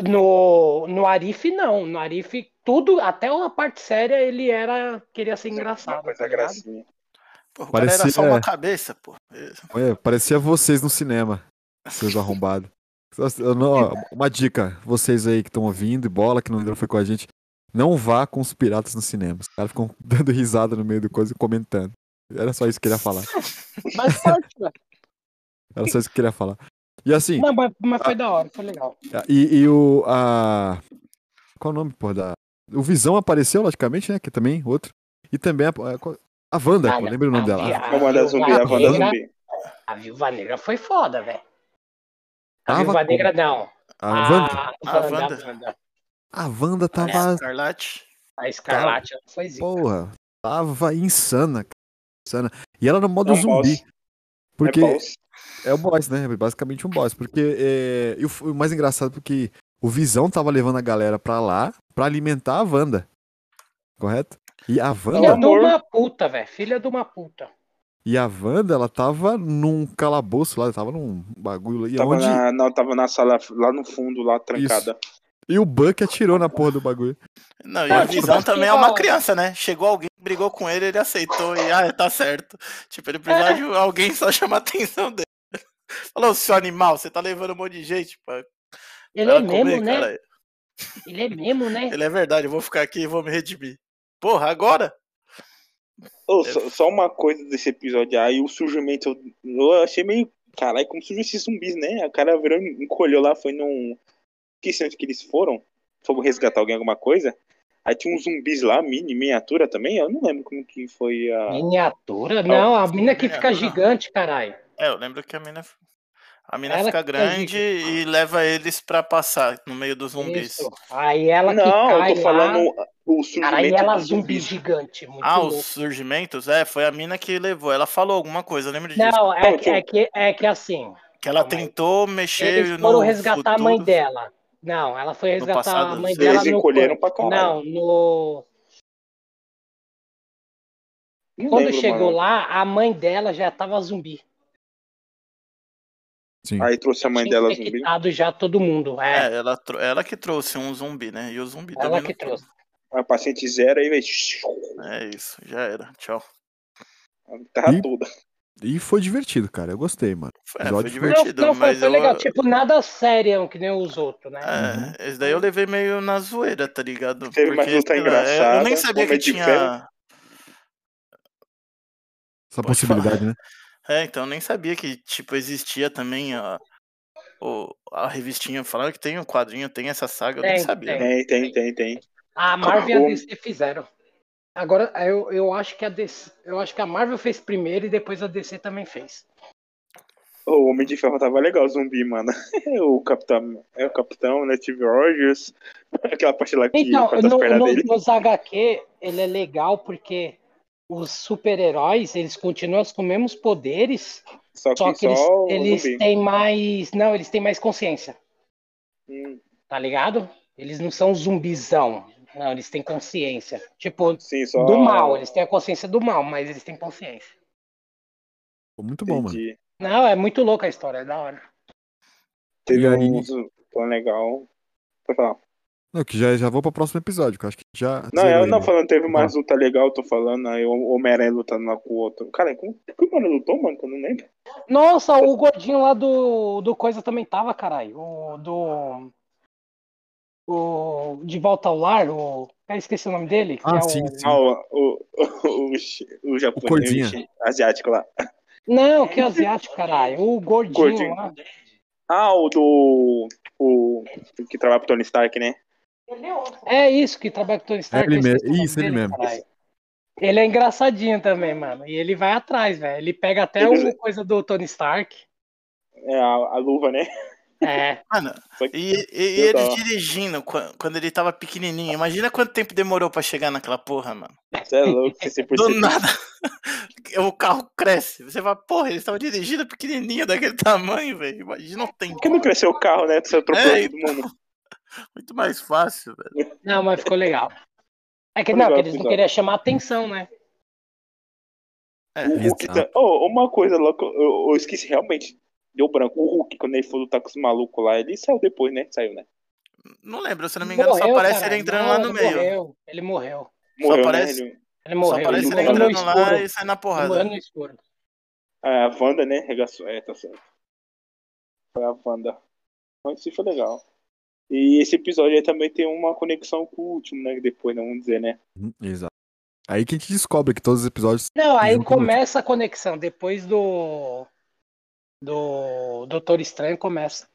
No, no Arif, não. No Arif, tudo, até a parte séria, ele era, queria ser engraçado. Mas tá a ligado? É gracinha. Pô, o cara era Parecia- só uma cabeça, pô. É, parecia vocês no cinema, seus arrombados. Só- eu não- ó, Uma dica, vocês aí que estão ouvindo, e bola que não foi com a gente, não vá com os piratas no cinema. Os caras ficam dando risada no meio do coisa e comentando. Era só isso que eu queria falar. Mas, parte, velho. Era só isso que eu queria falar. E assim, Não, mas, mas foi da hora, foi legal. Ah, e, e o. A... Qual o nome, porra? Da... O Visão apareceu, logicamente, né? Que também, outro. E também a, a, a Wanda, pô, lembra o nome dela? vi- Vamos mandar zumbi, Viúva a é Wanda Negra- zumbi. A Viúva Negra foi foda, velho. A Tava Viúva como? Negra, não. A Wanda. A, A Wanda, a, Wanda. Wanda. A Wanda tava. Escarlate. A Escarlate ela foi zica. Porra, tava insana, cara. Insana. E ela no modo É um zumbi. boss. Porque É boss. é o boss, né? É Basicamente um boss. Porque é... e o f- o mais engraçado porque o Visão tava levando a galera pra lá pra alimentar a Wanda. Correto? E a Filha Wanda, Ela- de amor. uma puta, velho. Filha de uma puta. e a Wanda, ela tava num calabouço lá, tava num bagulho e Tava onde na, não, tava na sala lá no fundo, lá trancada. e o Buck atirou na porra do bagulho. Não, e Não, a tipo visão assim, também é uma ó. criança, né? Chegou alguém, brigou com ele, ele aceitou e ah, tá certo. Tipo, ele É. precisava de alguém só chamar a atenção dele. Falou, seu animal, você tá levando um monte de gente pra, Ele é Ela mesmo, comer, né? cara. Ele é mesmo, né? Ele é verdade, eu vou ficar aqui e vou me redimir. Porra, agora? É. Ô, só, só uma coisa desse episódio aí, o surgimento. Eu achei meio. Caralho, como surgiu esses zumbis, né? O cara virou, encolheu lá, foi num. Esqueci onde que eles foram. Foram resgatar alguém, alguma coisa. Aí tinha uns zumbis lá, mini, miniatura também. Eu não lembro como que foi a. Miniatura? Não, a mina que fica miniatura. gigante, caralho. É, eu lembro que a mina. A mina Ela fica que tá grande e leva eles pra passar no meio dos zumbis. Isso. Aí ela que não, cai eu tô falando o surgimento. lá. Caralho, ela dos zumbi zumbis. gigante. Muito Ah, louco. os surgimentos? É, foi a mina que levou. Ela falou alguma coisa, eu lembro disso. Não, é, Não, que- é que, é que assim, Que ela mas tentou mexer eles no foram resgatar a mãe futuro. dela. Não, ela foi resgatar passado, a mãe eles dela. no encolheram corpo. pra Não, caralho. no. Não Quando lembro, chegou mano. lá, a mãe dela já tava zumbi. Sim. Aí trouxe a mãe dela Tinha tá. zumbi. infectado já todo mundo. É, É, ela, tro- ela que trouxe um zumbi, né? E o zumbi ela domina que tudo. trouxe. A paciente zero aí, velho. É isso, já era. Tchau. Terra Ih. tá toda. E foi divertido, cara. Eu gostei, mano. Foi, é, foi Episódio foi- Não, divertido, não foi, mas foi eu. legal. Tipo, nada sério, que nem os outros, né? Uhum. É, esse daí eu levei meio na zoeira, tá ligado? Teve uma luta sei lá, eu- Eu nem engraçada, sabia que Homem de tinha. Ferro. Essa Pode possibilidade, né? É, então eu nem sabia que, tipo, existia também a. o- a revistinha falando que tem um quadrinho, tem essa saga, eu nem Tem, sabia. tem. Tem, tem, tem, tem. A Marvel e a Como? DC fizeram. Agora, eu, eu acho que a DC, eu acho que a Marvel fez primeiro e depois a DC também fez. O Homem de Ferro tava legal, zumbi, mano. o Capitão, é o Capitão, né? Steve Rogers. Aquela parte lá que Então, corta as no, pernas no, dele. nos HQ, ele é legal porque os super-heróis, eles continuam com os mesmos poderes, Só que, só que eles, só o eles zumbi. têm mais... Não, eles têm mais consciência, Hum, tá ligado? Eles não são zumbizão. Não, eles têm consciência. Tipo, sim, só do mal. Eles têm a consciência do mal, mas eles têm consciência. Foi muito bom, mano. Entendi. Não, é muito louca a história, é da hora. Teve E aí? um plano legal. Pode falar. Não, que já, já vou pro próximo episódio, que eu acho que já. Não, zerou eu aí, não né? falando, teve uma Vamos. luta legal, eu tô falando, aí o Homem-Aranha lutando lá com o outro. Cara, como que o mano lutou, mano? Que eu não lembro. Nossa, o gordinho lá do, do Coisa também tava, caralho. O do. O. De Volta ao Lar, o. Eu esqueci o nome dele. que Ah, é o- sim, sim. Ah, o, o, o, o, japonês, Cordinha. chi- asiático lá. Não, que é asiático, caralho. O gordinho, Gordinho. lá. Ah, o do. O o que trabalha pro Tony Stark, né? É isso que trabalha com o Tony Stark. ele eu mesmo, esqueci o nome isso, ele mesmo. caralho. Ele é engraçadinho também, mano. E ele vai atrás, velho. Ele pega até Ele- o coisa do Tony Stark. É a, a luva, né? É. Mano, Só que- e, e- e Eu ele tava. dirigindo quan- quando ele tava pequenininho. Imagina quanto tempo demorou pra chegar naquela porra, mano. Você é louco, você se Do percebeu. nada, o carro cresce. Você fala, porra, eles estavam dirigindo pequenininho daquele tamanho, velho. Imagina o tempo. Por que não cresceu o carro, né? Pra você atropelar É, todo mundo. Muito mais fácil, velho. Não, mas ficou legal. É que Ficou não, legal, que eles não legal. queriam chamar atenção, né? É, O Hulk exato. tá- Oh, uma coisa louca, eu, eu esqueci realmente. Deu branco. O Hulk, quando ele foi lutar com os malucos lá, ele saiu depois, né? Saiu, né? Não lembro, se não me engano, só Morreu, aparece caralho. ele entrando Não, lá no ele meio. Morreu. Ele morreu. Morreu, aparece- né? Ele- Ele Só morreu. aparece ele morreu no entrando lá escuro. e sai na Ele morreu porrada. no escuro. A Wanda, né? Regaçou. É, tá certo. Foi a Wanda. Mas isso foi legal. E esse episódio aí também tem uma conexão com o último, né? Depois, né? Vamos dizer, né? Uhum, Exato. Aí que a gente descobre que todos os episódios. Não, aí Junto começa a conexão. Depois do. Do Doutor Estranho começa.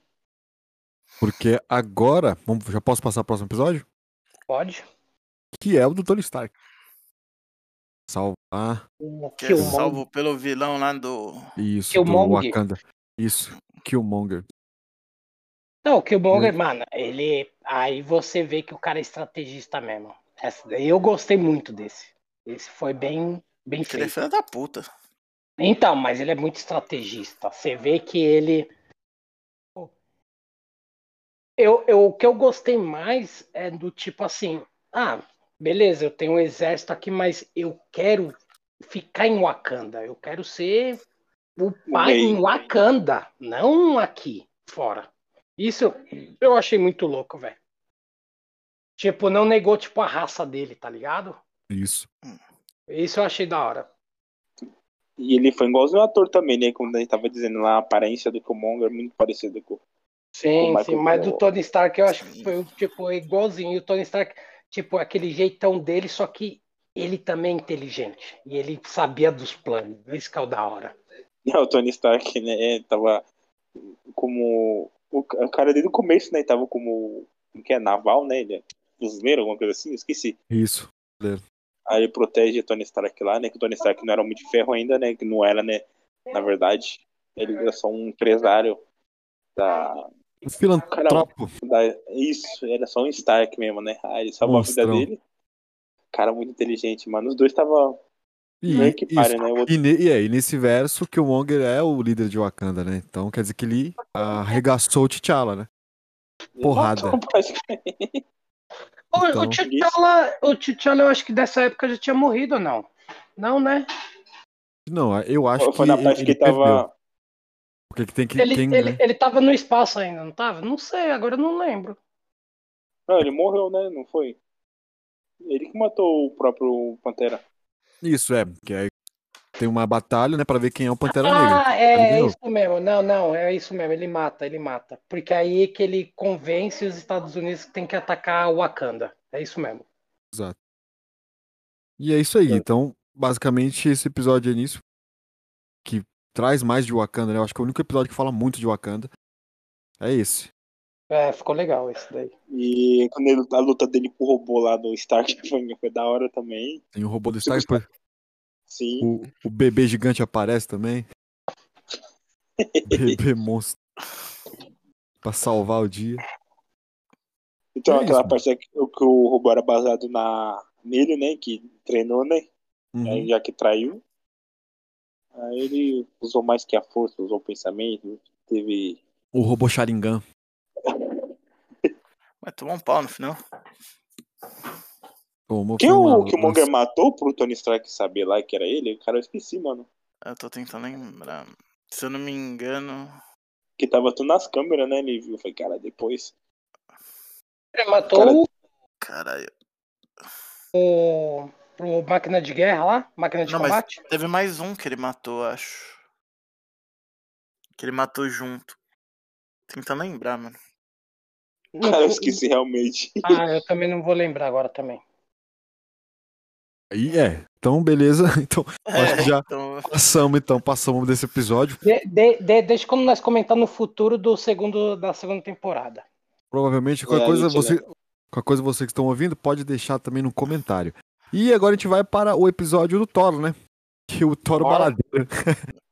Porque agora. Vamos, já posso passar pro próximo episódio? Pode? Que é o do Tony Stark. Salvar. O Que é Killmonger. salvo pelo vilão lá do. Isso. Do Killmonger. Wakanda. Isso. Killmonger. Não, o Killmonger, mano, ele. Aí você vê que o cara é estrategista mesmo. Essa daí eu gostei muito desse. Esse foi bem, bem Que ele é feito. filho da puta. Então, mas ele é muito estrategista. Você vê que ele. Eu, eu- o que eu gostei mais é do tipo assim: ah, beleza, eu tenho um exército aqui, mas eu quero ficar em Wakanda. Eu quero ser o pai rei. em Wakanda, não aqui fora. Isso eu achei muito louco, velho. Tipo, não negou tipo a raça dele, tá ligado? Isso. Isso eu achei da hora. E ele foi igualzinho o ator também, né? Como a gente tava dizendo lá, a aparência do Killmonger é muito parecida com Sim, Michael sim, mas do Cole. Tony Stark eu acho que foi tipo igualzinho. O Tony Stark, tipo, aquele jeitão dele, só que ele também é inteligente. E ele sabia dos planos. Isso que é o da hora. Não, o Tony Stark, né, ele tava como. O ca- o cara desde o começo, né, ele tava como. Como que é? Naval, né? Ele é fuzileiro, alguma coisa assim, eu esqueci. Isso. Aí ele protege o Tony Stark lá, né? Que o Tony Stark não era muito de ferro ainda, né? Que não era, né? Na verdade, ele era só um empresário da. Um filantropo. da isso, ele era só um Stark mesmo, né? Aí ele salvou a vida Monstrão. dele. Cara muito inteligente, mano. Os dois tava meio que isso. pare, né? O outro E, ne- e é, e nesse verso que o Monger é o líder de Wakanda, né? Então quer dizer que ele arregaçou o T'Challa, né? Porrada. O, Então, o T'Challa, o T'Challa, eu acho que dessa época já tinha morrido, ou não? Não, né? Não, eu acho que Foi na parte ele que ele perdeu. tava. Porque que tem que... Ele, quem- né? ele, ele tava no espaço ainda, não tava? Não sei, agora eu não lembro. Não, ele morreu, né? Não foi? Ele que matou o próprio Pantera. Isso, é. Que aí tem uma batalha, né? Pra ver quem é o Pantera Negra. Ah, é, é ganhou. isso mesmo. Não, não, é isso mesmo. Ele mata, ele mata. Porque aí é que ele convence os Estados Unidos que tem que atacar o Wakanda. É isso mesmo. Exato. E é isso aí. Então, basicamente, esse episódio é nisso. Que traz mais de Wakanda, né? Eu acho que é o único episódio que fala muito de Wakanda. É esse. É, ficou legal esse daí. E quando ele- a luta dele com o robô lá do Stark foi, foi da hora também. Tem o robô do Você Stark. depois Sim. O, o bebê gigante aparece também. bebê monstro. Pra salvar o dia. Então é aquela isso. parte que, o- que o robô era baseado na, nele, né? Que treinou, né? Uhum. Aí, já que traiu. Aí ele usou mais que a força, usou o pensamento. Teve. O robô Sharingan. Mas tomou um pau no final. Tomou Quem foi o uma que o é lança. Monger matou pro Tony Stark saber lá que era ele? Cara, eu esqueci, mano. Eu tô tentando lembrar. Se eu não me engano. Que tava tudo nas câmeras, né? Ele viu. Eu Falei, cara, depois. Ele matou Cara- Caralho. o, o máquina de guerra lá? Máquina de Não, mas- combate? Teve mais um que ele matou, acho. Que ele matou junto. Tentando lembrar, mano. Não Cara, eu foi- esqueci realmente. Ah, eu também não vou lembrar agora também. Aí é. Então, beleza. Então, acho É. que já Então, passamos, então, passamos desse episódio. De- de- de- deixa como nós comentar no futuro do segundo, da segunda temporada. Provavelmente, qualquer É, a coisa, gente, você, qualquer coisa vocês que estão ouvindo, pode deixar também no comentário. E agora a gente vai para o episódio do Toro, né? Que o Toro Bora. baladeiro.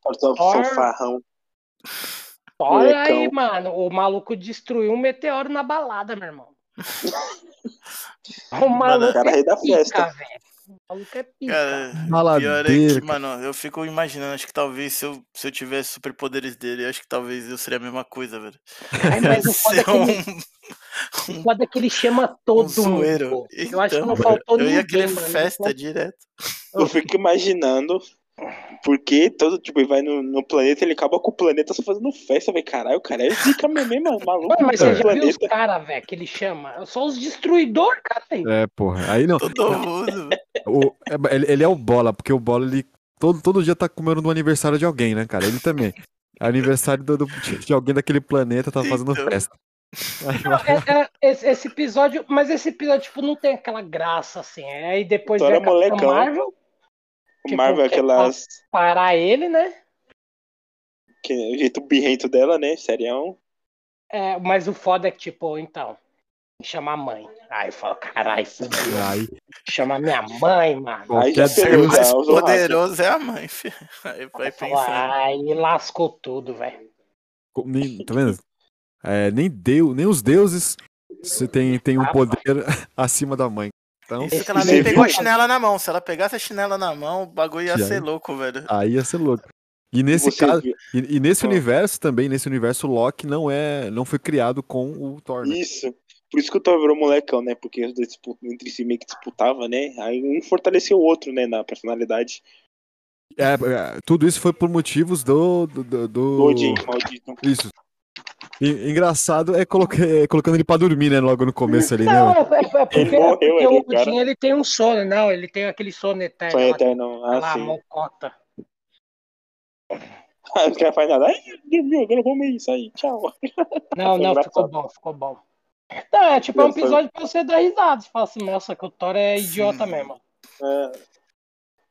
Só, só Thor. farrão. Olha Molecão. aí, mano. O maluco destruiu um meteoro na balada, meu irmão. O Mano, maluco cara, é rei da festa. pica, velho. O maluco é pica. cara, pior é Baladeiro. que, mano, eu fico imaginando, acho que talvez se eu, se eu tivesse superpoderes dele, acho que talvez eu seria a mesma coisa, velho. Ai, mas o foda, é Ser que ele, um, o foda é que ele chama todo um zoeiro. mundo. eu acho que não Então, faltou eu ninguém, ia querer mano. festa direto. Eu fico imaginando. Porque todo tipo, ele vai no, no planeta, ele acaba com o planeta só fazendo festa, velho. Caralho, o cara é zica mesmo, hein, mano. Maluco Mano, mas do você já viu os planeta. caras, velho, que ele chama? Só os destruidor, cara. Aí. É, porra. Aí não. Todo mundo. velho. O- é, ele, ele é o Bola, porque o Bola, ele todo, todo dia tá comemorando o aniversário de alguém, né, cara? Ele também. Aniversário do, do- de alguém daquele planeta tá fazendo Então. festa. Aí Não, é- é- esse, esse episódio, mas esse episódio, tipo, não tem aquela graça, assim. Aí depois Thor vem a é Capitã molecão. Marvel O Marvel, é Tipo, aquelas. parar ele, né? Que, o jeito birrento dela, né? Serião. É, mas o foda é que, tipo, então, chama a mãe. Aí eu falo, caralho, fudeu. Aí, chama minha mãe, mano. Aí já qualquer pegou, O Deus, já. mais usar o rato. poderoso é a mãe, filho. Aí vai Aí eu falo, pensando. Aí lascou tudo, velho. co- nem, tá vendo? É, nem, deu, nem os deuses se tem, tem um Ah, poder acima da mãe. Então, Isso que E ela você nem pegou a viu? chinela na mão. Se ela pegasse a chinela na mão, o bagulho ia Já ser ia. louco, velho. aí ia ser louco. E nesse Você caso, viu? e, e nesse Ah. universo também, nesse universo, Loki não é, não foi criado com o Thor. né? Isso. Por isso que o Thor virou molecão, né? Porque os dois dispu- entre si meio que disputavam, né? Aí um fortaleceu o outro, né? Na personalidade. É, é, tudo isso foi por motivos do do, do, do- Do Odin, maldito. Isso. E- engraçado é, coloca- é colocando ele pra dormir, né? Logo no começo ali, né? Não, velho? é, é- é porque, Ele é morreu, porque ele, o cara. Odin ele tem um sono, não, ele tem aquele sono eterno. Sonho lá, eterno. Ah, lá, sim. mocota. Aí o cara faz nada. Ai, dormiu, agora vamos aí, isso aí, tchau. Não, Foi não, ficou engraçado. bom, ficou bom. Não, é tipo é um Não, foi- episódio pra você dar risada. Você fala assim, nossa, que o Thor é idiota Sim. mesmo. É.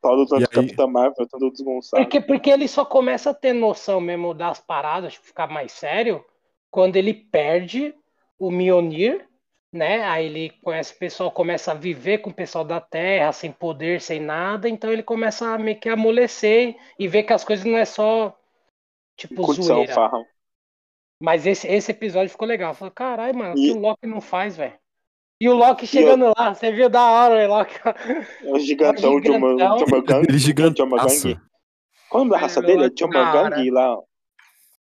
Tal do E tanto aí? Capitão Marvel, todo desgonçado. Porque, porque ele só começa a ter noção mesmo das paradas, tipo, ficar mais sério, quando ele perde o Mionir, né? Aí ele conhece o pessoal, começa a viver com o pessoal da Terra, sem poder, sem nada, então ele começa a meio que amolecer e ver que as coisas não é só, tipo, Condição, zoeira. farra. Mas esse, esse episódio ficou legal. Eu falei, caralho, mano, o E- que o Loki não faz, velho? E o Loki chegando lá, você viu da hora, o Loki. É o gigantão de uma, Gigantão. de uma gangue. Ele gigantaço. Gang. Qual é a raça Cara. dele? É Jomagang lá.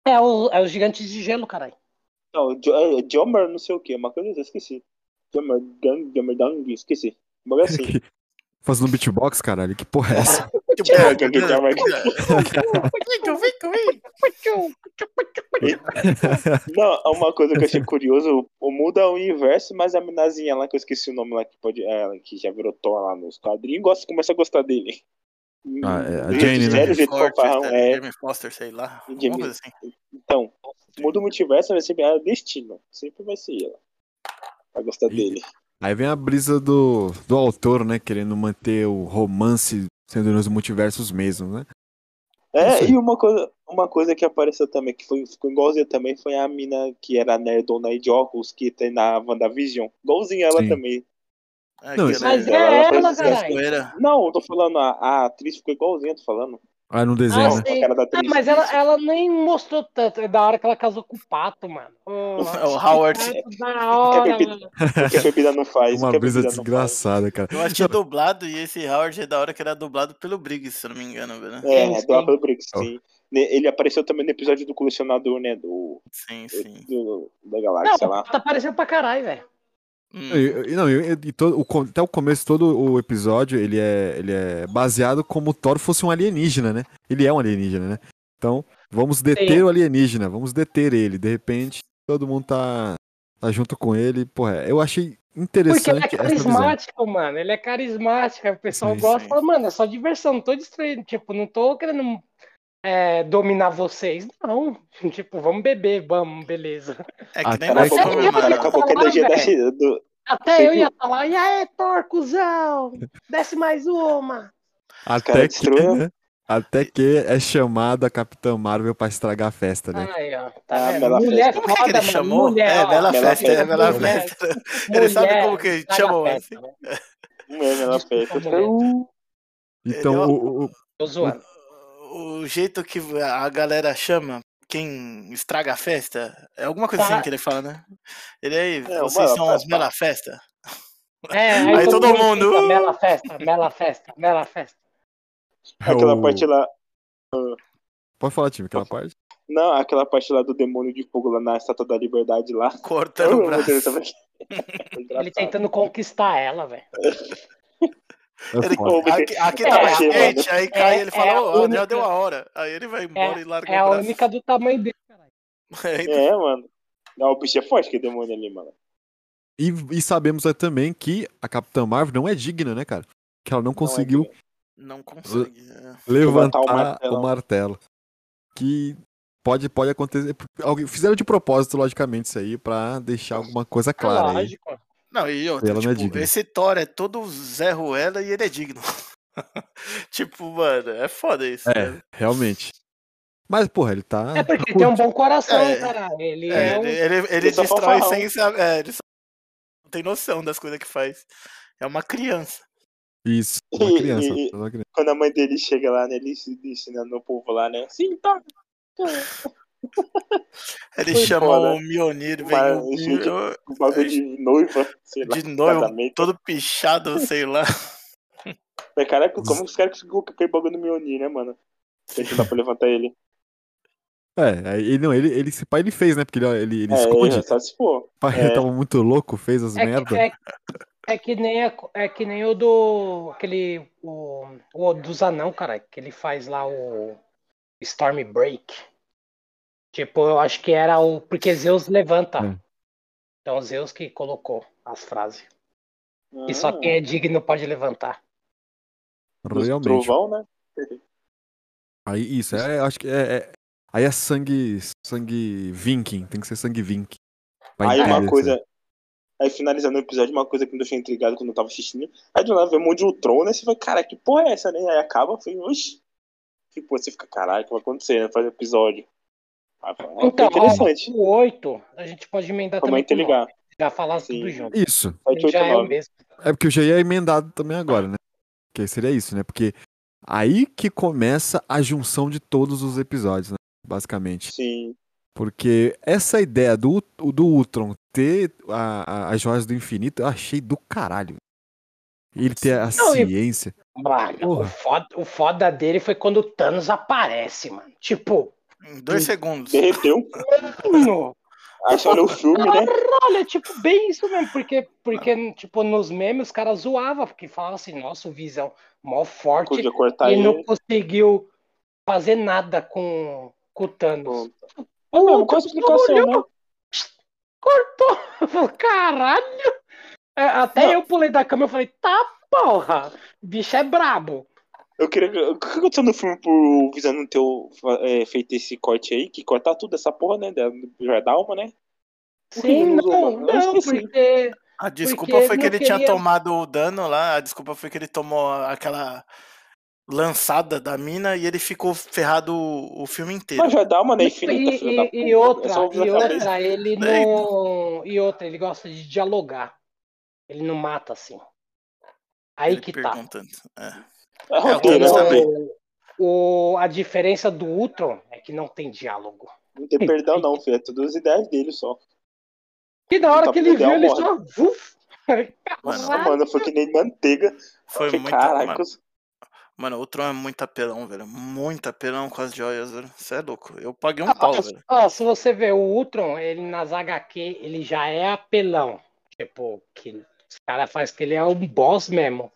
É o, é o gigante de gelo, caralho. Não, Jo- é Jomar não sei o que, uma coisa assim, esqueci. Jomagang, Jomerdang, esqueci. Mas assim, Fazendo beatbox, caralho. Que porra é essa? Tipo, É, que- que- que- Vem, tu, vem, tu, vem. Não, é uma coisa que eu achei curioso, o muda o universo, mas a minazinha lá, que eu esqueci o nome lá, que, pode, é, que já virou Thor lá nos quadrinhos, gosta, começa a gostar dele. Ah, é, a Jane, Do jeito né? sério, do jeito Foster, fanfarrão, é. Jamie Foster, sei lá. E Alguma Jamie. coisa assim. Então, muda o multiverso, vai ser a destino. Sempre vai ser ela. Vai gostar E- dele. Aí vem a brisa do, do autor, né? Querendo manter o romance sendo nos multiversos mesmo, né? É, Sim. e uma coisa, uma coisa que apareceu também, que foi, ficou igualzinha também, foi a mina que era nerdona aí de óculos, que tem na WandaVision. Igualzinha ela Sim. também. É, Não, que isso- ela é Mas é Ela ela, parece ser caralho. zoeira. Não, eu tô falando, a, a atriz ficou igualzinha, tô falando. Ah, no Ah, desenho, né? Não, a cara da Ah, atriz. mas ela, ela nem mostrou tanto. É da hora que ela casou com o pato, mano. O, Ô, É o Howard. pato da hora, Quer mano. O que a bebida não faz. o Uma é que a brisa bebida não faz. desgraçada, cara. Eu achei dublado e esse Howard é da hora que era dublado pelo Briggs, se eu não me engano, velho. Sim, É, sim. do Abel Briggs, sim. Ne- Ele apareceu também no episódio do colecionador, né? Do, Sim, sim. do- da Não, galáxia lá. o pato apareceu pra caralho, velho. Hum. E, e- não, e, e todo, o co- até o começo, todo o episódio, ele é, ele é baseado como o Thor fosse um alienígena, né? Ele é um alienígena, né? Então, vamos deter Sim. o alienígena, vamos deter ele. De repente, todo mundo tá, tá junto com ele. Porra, eu achei Porque ele é interessante essa visão. carismático, mano. Ele é carismático. aí O pessoal Sim, gosta sim. e fala, mano, é só diversão, não tô destruindo. Tipo, não tô querendo é, dominar vocês, não. Tipo, vamos beber, vamos, beleza. É Ah, cara, que nem Cara, mais Mas é que eu como, acabou- ia cara, falar, acabou com a energia da, do, Até Sei eu que- ia falar, e aí, Thor, cuzão, desce mais uma. Até caras que, destruíram. né? Até que é chamada a Capitã Marvel pra estragar a festa, né? Aí, ó, tá Ah, vendo? Bela Mulher É, como que foda, ele mano, chamou? mulher, é, ó. Bela Bela Festa, é Festa. Bela Mulher. Festa. Ele sabe como que Mulher, chamou, sabe a assim. festa, né? Mano, ela fez. Desculpa, mulher. Então, é Ele, ó, o- o- Tô zoando. O jeito que a galera chama quem estraga a festa é alguma coisa Tá. assim que ele fala, né? Ele aí, Não, vocês É, mano, tá, são faz os Bela Festa? É, Aí todo mundo, fica, uh! Bela festa, bela festa, bela festa. Aquela É o- parte lá. Pode falar, time, aquela parte. Não, aquela parte lá do demônio de fogo lá na Estátua da Liberdade lá. Cortando o Eu não vou Tá braço. ter também. Foi Ele tá engraçado. tentando conquistar ela, velho. É Ele, foda. aqui aqui É, tá é, mais quente, aí cai é ele fala, a ô, Adriel única- deu a hora. Aí ele vai embora e larga É o a braço. única do tamanho dele. É, mano. Não, o bicho é forte que é demônio ali, mano. E, e sabemos aí também que a Capitã Marvel não é digna, né, cara? Que ela não conseguiu Não consegue. é. levantar Levantar o o martelo. martelo. Que pode, pode acontecer. Alguém- Fizeram de propósito, logicamente, isso aí, pra deixar alguma coisa clara aí. lógico. Não, e outra, Ela não é tipo, digna. esse Thor é todo Zé Ruela e ele é digno. tipo, mano, é foda isso. É, né? realmente. Mas, porra, ele tá. É porque ele tem um bom coração, É. caralho. Ele É, é, um. ele, ele, ele ele só destrói fanfarrão. sem saber. É, ele só não tem noção das coisas que faz. É uma criança. Isso, uma E- criança. e- uma criança. Quando a mãe dele chega lá, né? Ele se ensinando o povo lá, né? Sim, tá. Ele Foi chama foda. o Mionir, vem Mas, o, gente, Mio- O Um bagulho de noiva, sei lá. de noivo, casamento. todo pichado, sei lá. Mas, Caraca, como os caras conseguiram colocar aquele bagulho no Mionir, né, mano? Tem que dar pra levantar ele. É, aí- ele, não, ele, ele, esse pai ele fez, né? Porque ele, ele, ele é, esconde. é, só se for. O pai é. tava muito louco, fez as É merdas. que, é, é que nem a- é que nem o do aquele o, o dos anão, cara, que ele faz lá o Storm Break. Tipo, eu acho que era o porque Zeus levanta. É. Então Zeus que colocou as frases. E Ah, só quem é digno pode levantar. dos realmente. Trovão, né? Aí, isso, é, eu acho que é, é- Aí é sangue. Sangue Vinking. Tem que ser sangue Vinking. Pra assim. Aí é uma encarecer. coisa. Aí finalizando o episódio, uma coisa que me deixou intrigado quando eu tava assistindo. Aí do nada vem um monte de Ultron, né? Você vai, cara, que porra é essa, né? Aí acaba, foi, oxi. Que porra, você fica, caralho, o que vai acontecer, né? Faz o episódio. Aí, fala, ah, Então, foi interessante. ó, o 8, a gente pode emendar Como é também. com o nove, interligar? Já falar Sim. tudo junto. Isso. Vai ter Já é o 89. mesmo. É porque eu já ia emendado também agora, né? Que seria isso, né? Porque aí que começa a junção de todos os episódios, né? é um Basicamente. Sim. Porque essa ideia do, Ut- do Ultron ter a, a, as joias do infinito, eu achei do caralho. Ele ter a Não, e- ciência. Mano, o Porra. foda, o foda dele foi quando o Thanos aparece, mano. Tipo, Em dois segundos. Derreteu. mano, Aí você olha o filme, né? olha, tipo, bem isso mesmo, porque, porque tipo, nos memes os caras zoavam, porque falavam assim, nossa, o Visão mó forte Podia cortar e ele. não conseguiu fazer nada com, com o Thanos. Ah, não, qual a explicação, olhou, né? Cortou! Eu falei, caralho! É, Até eu pulei da cama e falei, tá porra! Bicho é brabo. Eu queria. O que aconteceu no filme pro Visão não ter é, feito esse corte aí? Que cortar tudo essa porra, né? Da, já da alma, né? Por que Sim, ele não usou, não, mano? Eu não, esqueci. porque. A desculpa Porque foi que não ele tinha queria- tomado o dano lá, a desculpa foi que ele tomou aquela lançada da mina e ele ficou ferrado o, o filme inteiro. Mas já dá uma, né? E, Infinita, filha e- da e- puta. e outra, É só usar e a cabeça. outra, ele não. E outra, ele gosta de dialogar. Ele não mata assim. Aí Ele que tá. perguntando. É. É roteiro, Thanos é também. roteiro. O, o- a diferença do Ultron é que não tem diálogo. Não tem perdão, não, filho. É tudo as ideias dele só. Que na hora Tá que ele viu, fudeu, ele morre. só. Uf, Ah, Mano, Caralho. mano, foi que nem manteiga. foi Fiquei, muito. caraca. Mano, mano, o Tron é muito apelão, velho. Muito apelão com as joias, velho. Você é louco. Eu paguei um pau, velho. Ó, se você ver o Ultron, ele nas HQ, ele já é apelão. Tipo, que os caras fazem que ele é um boss mesmo.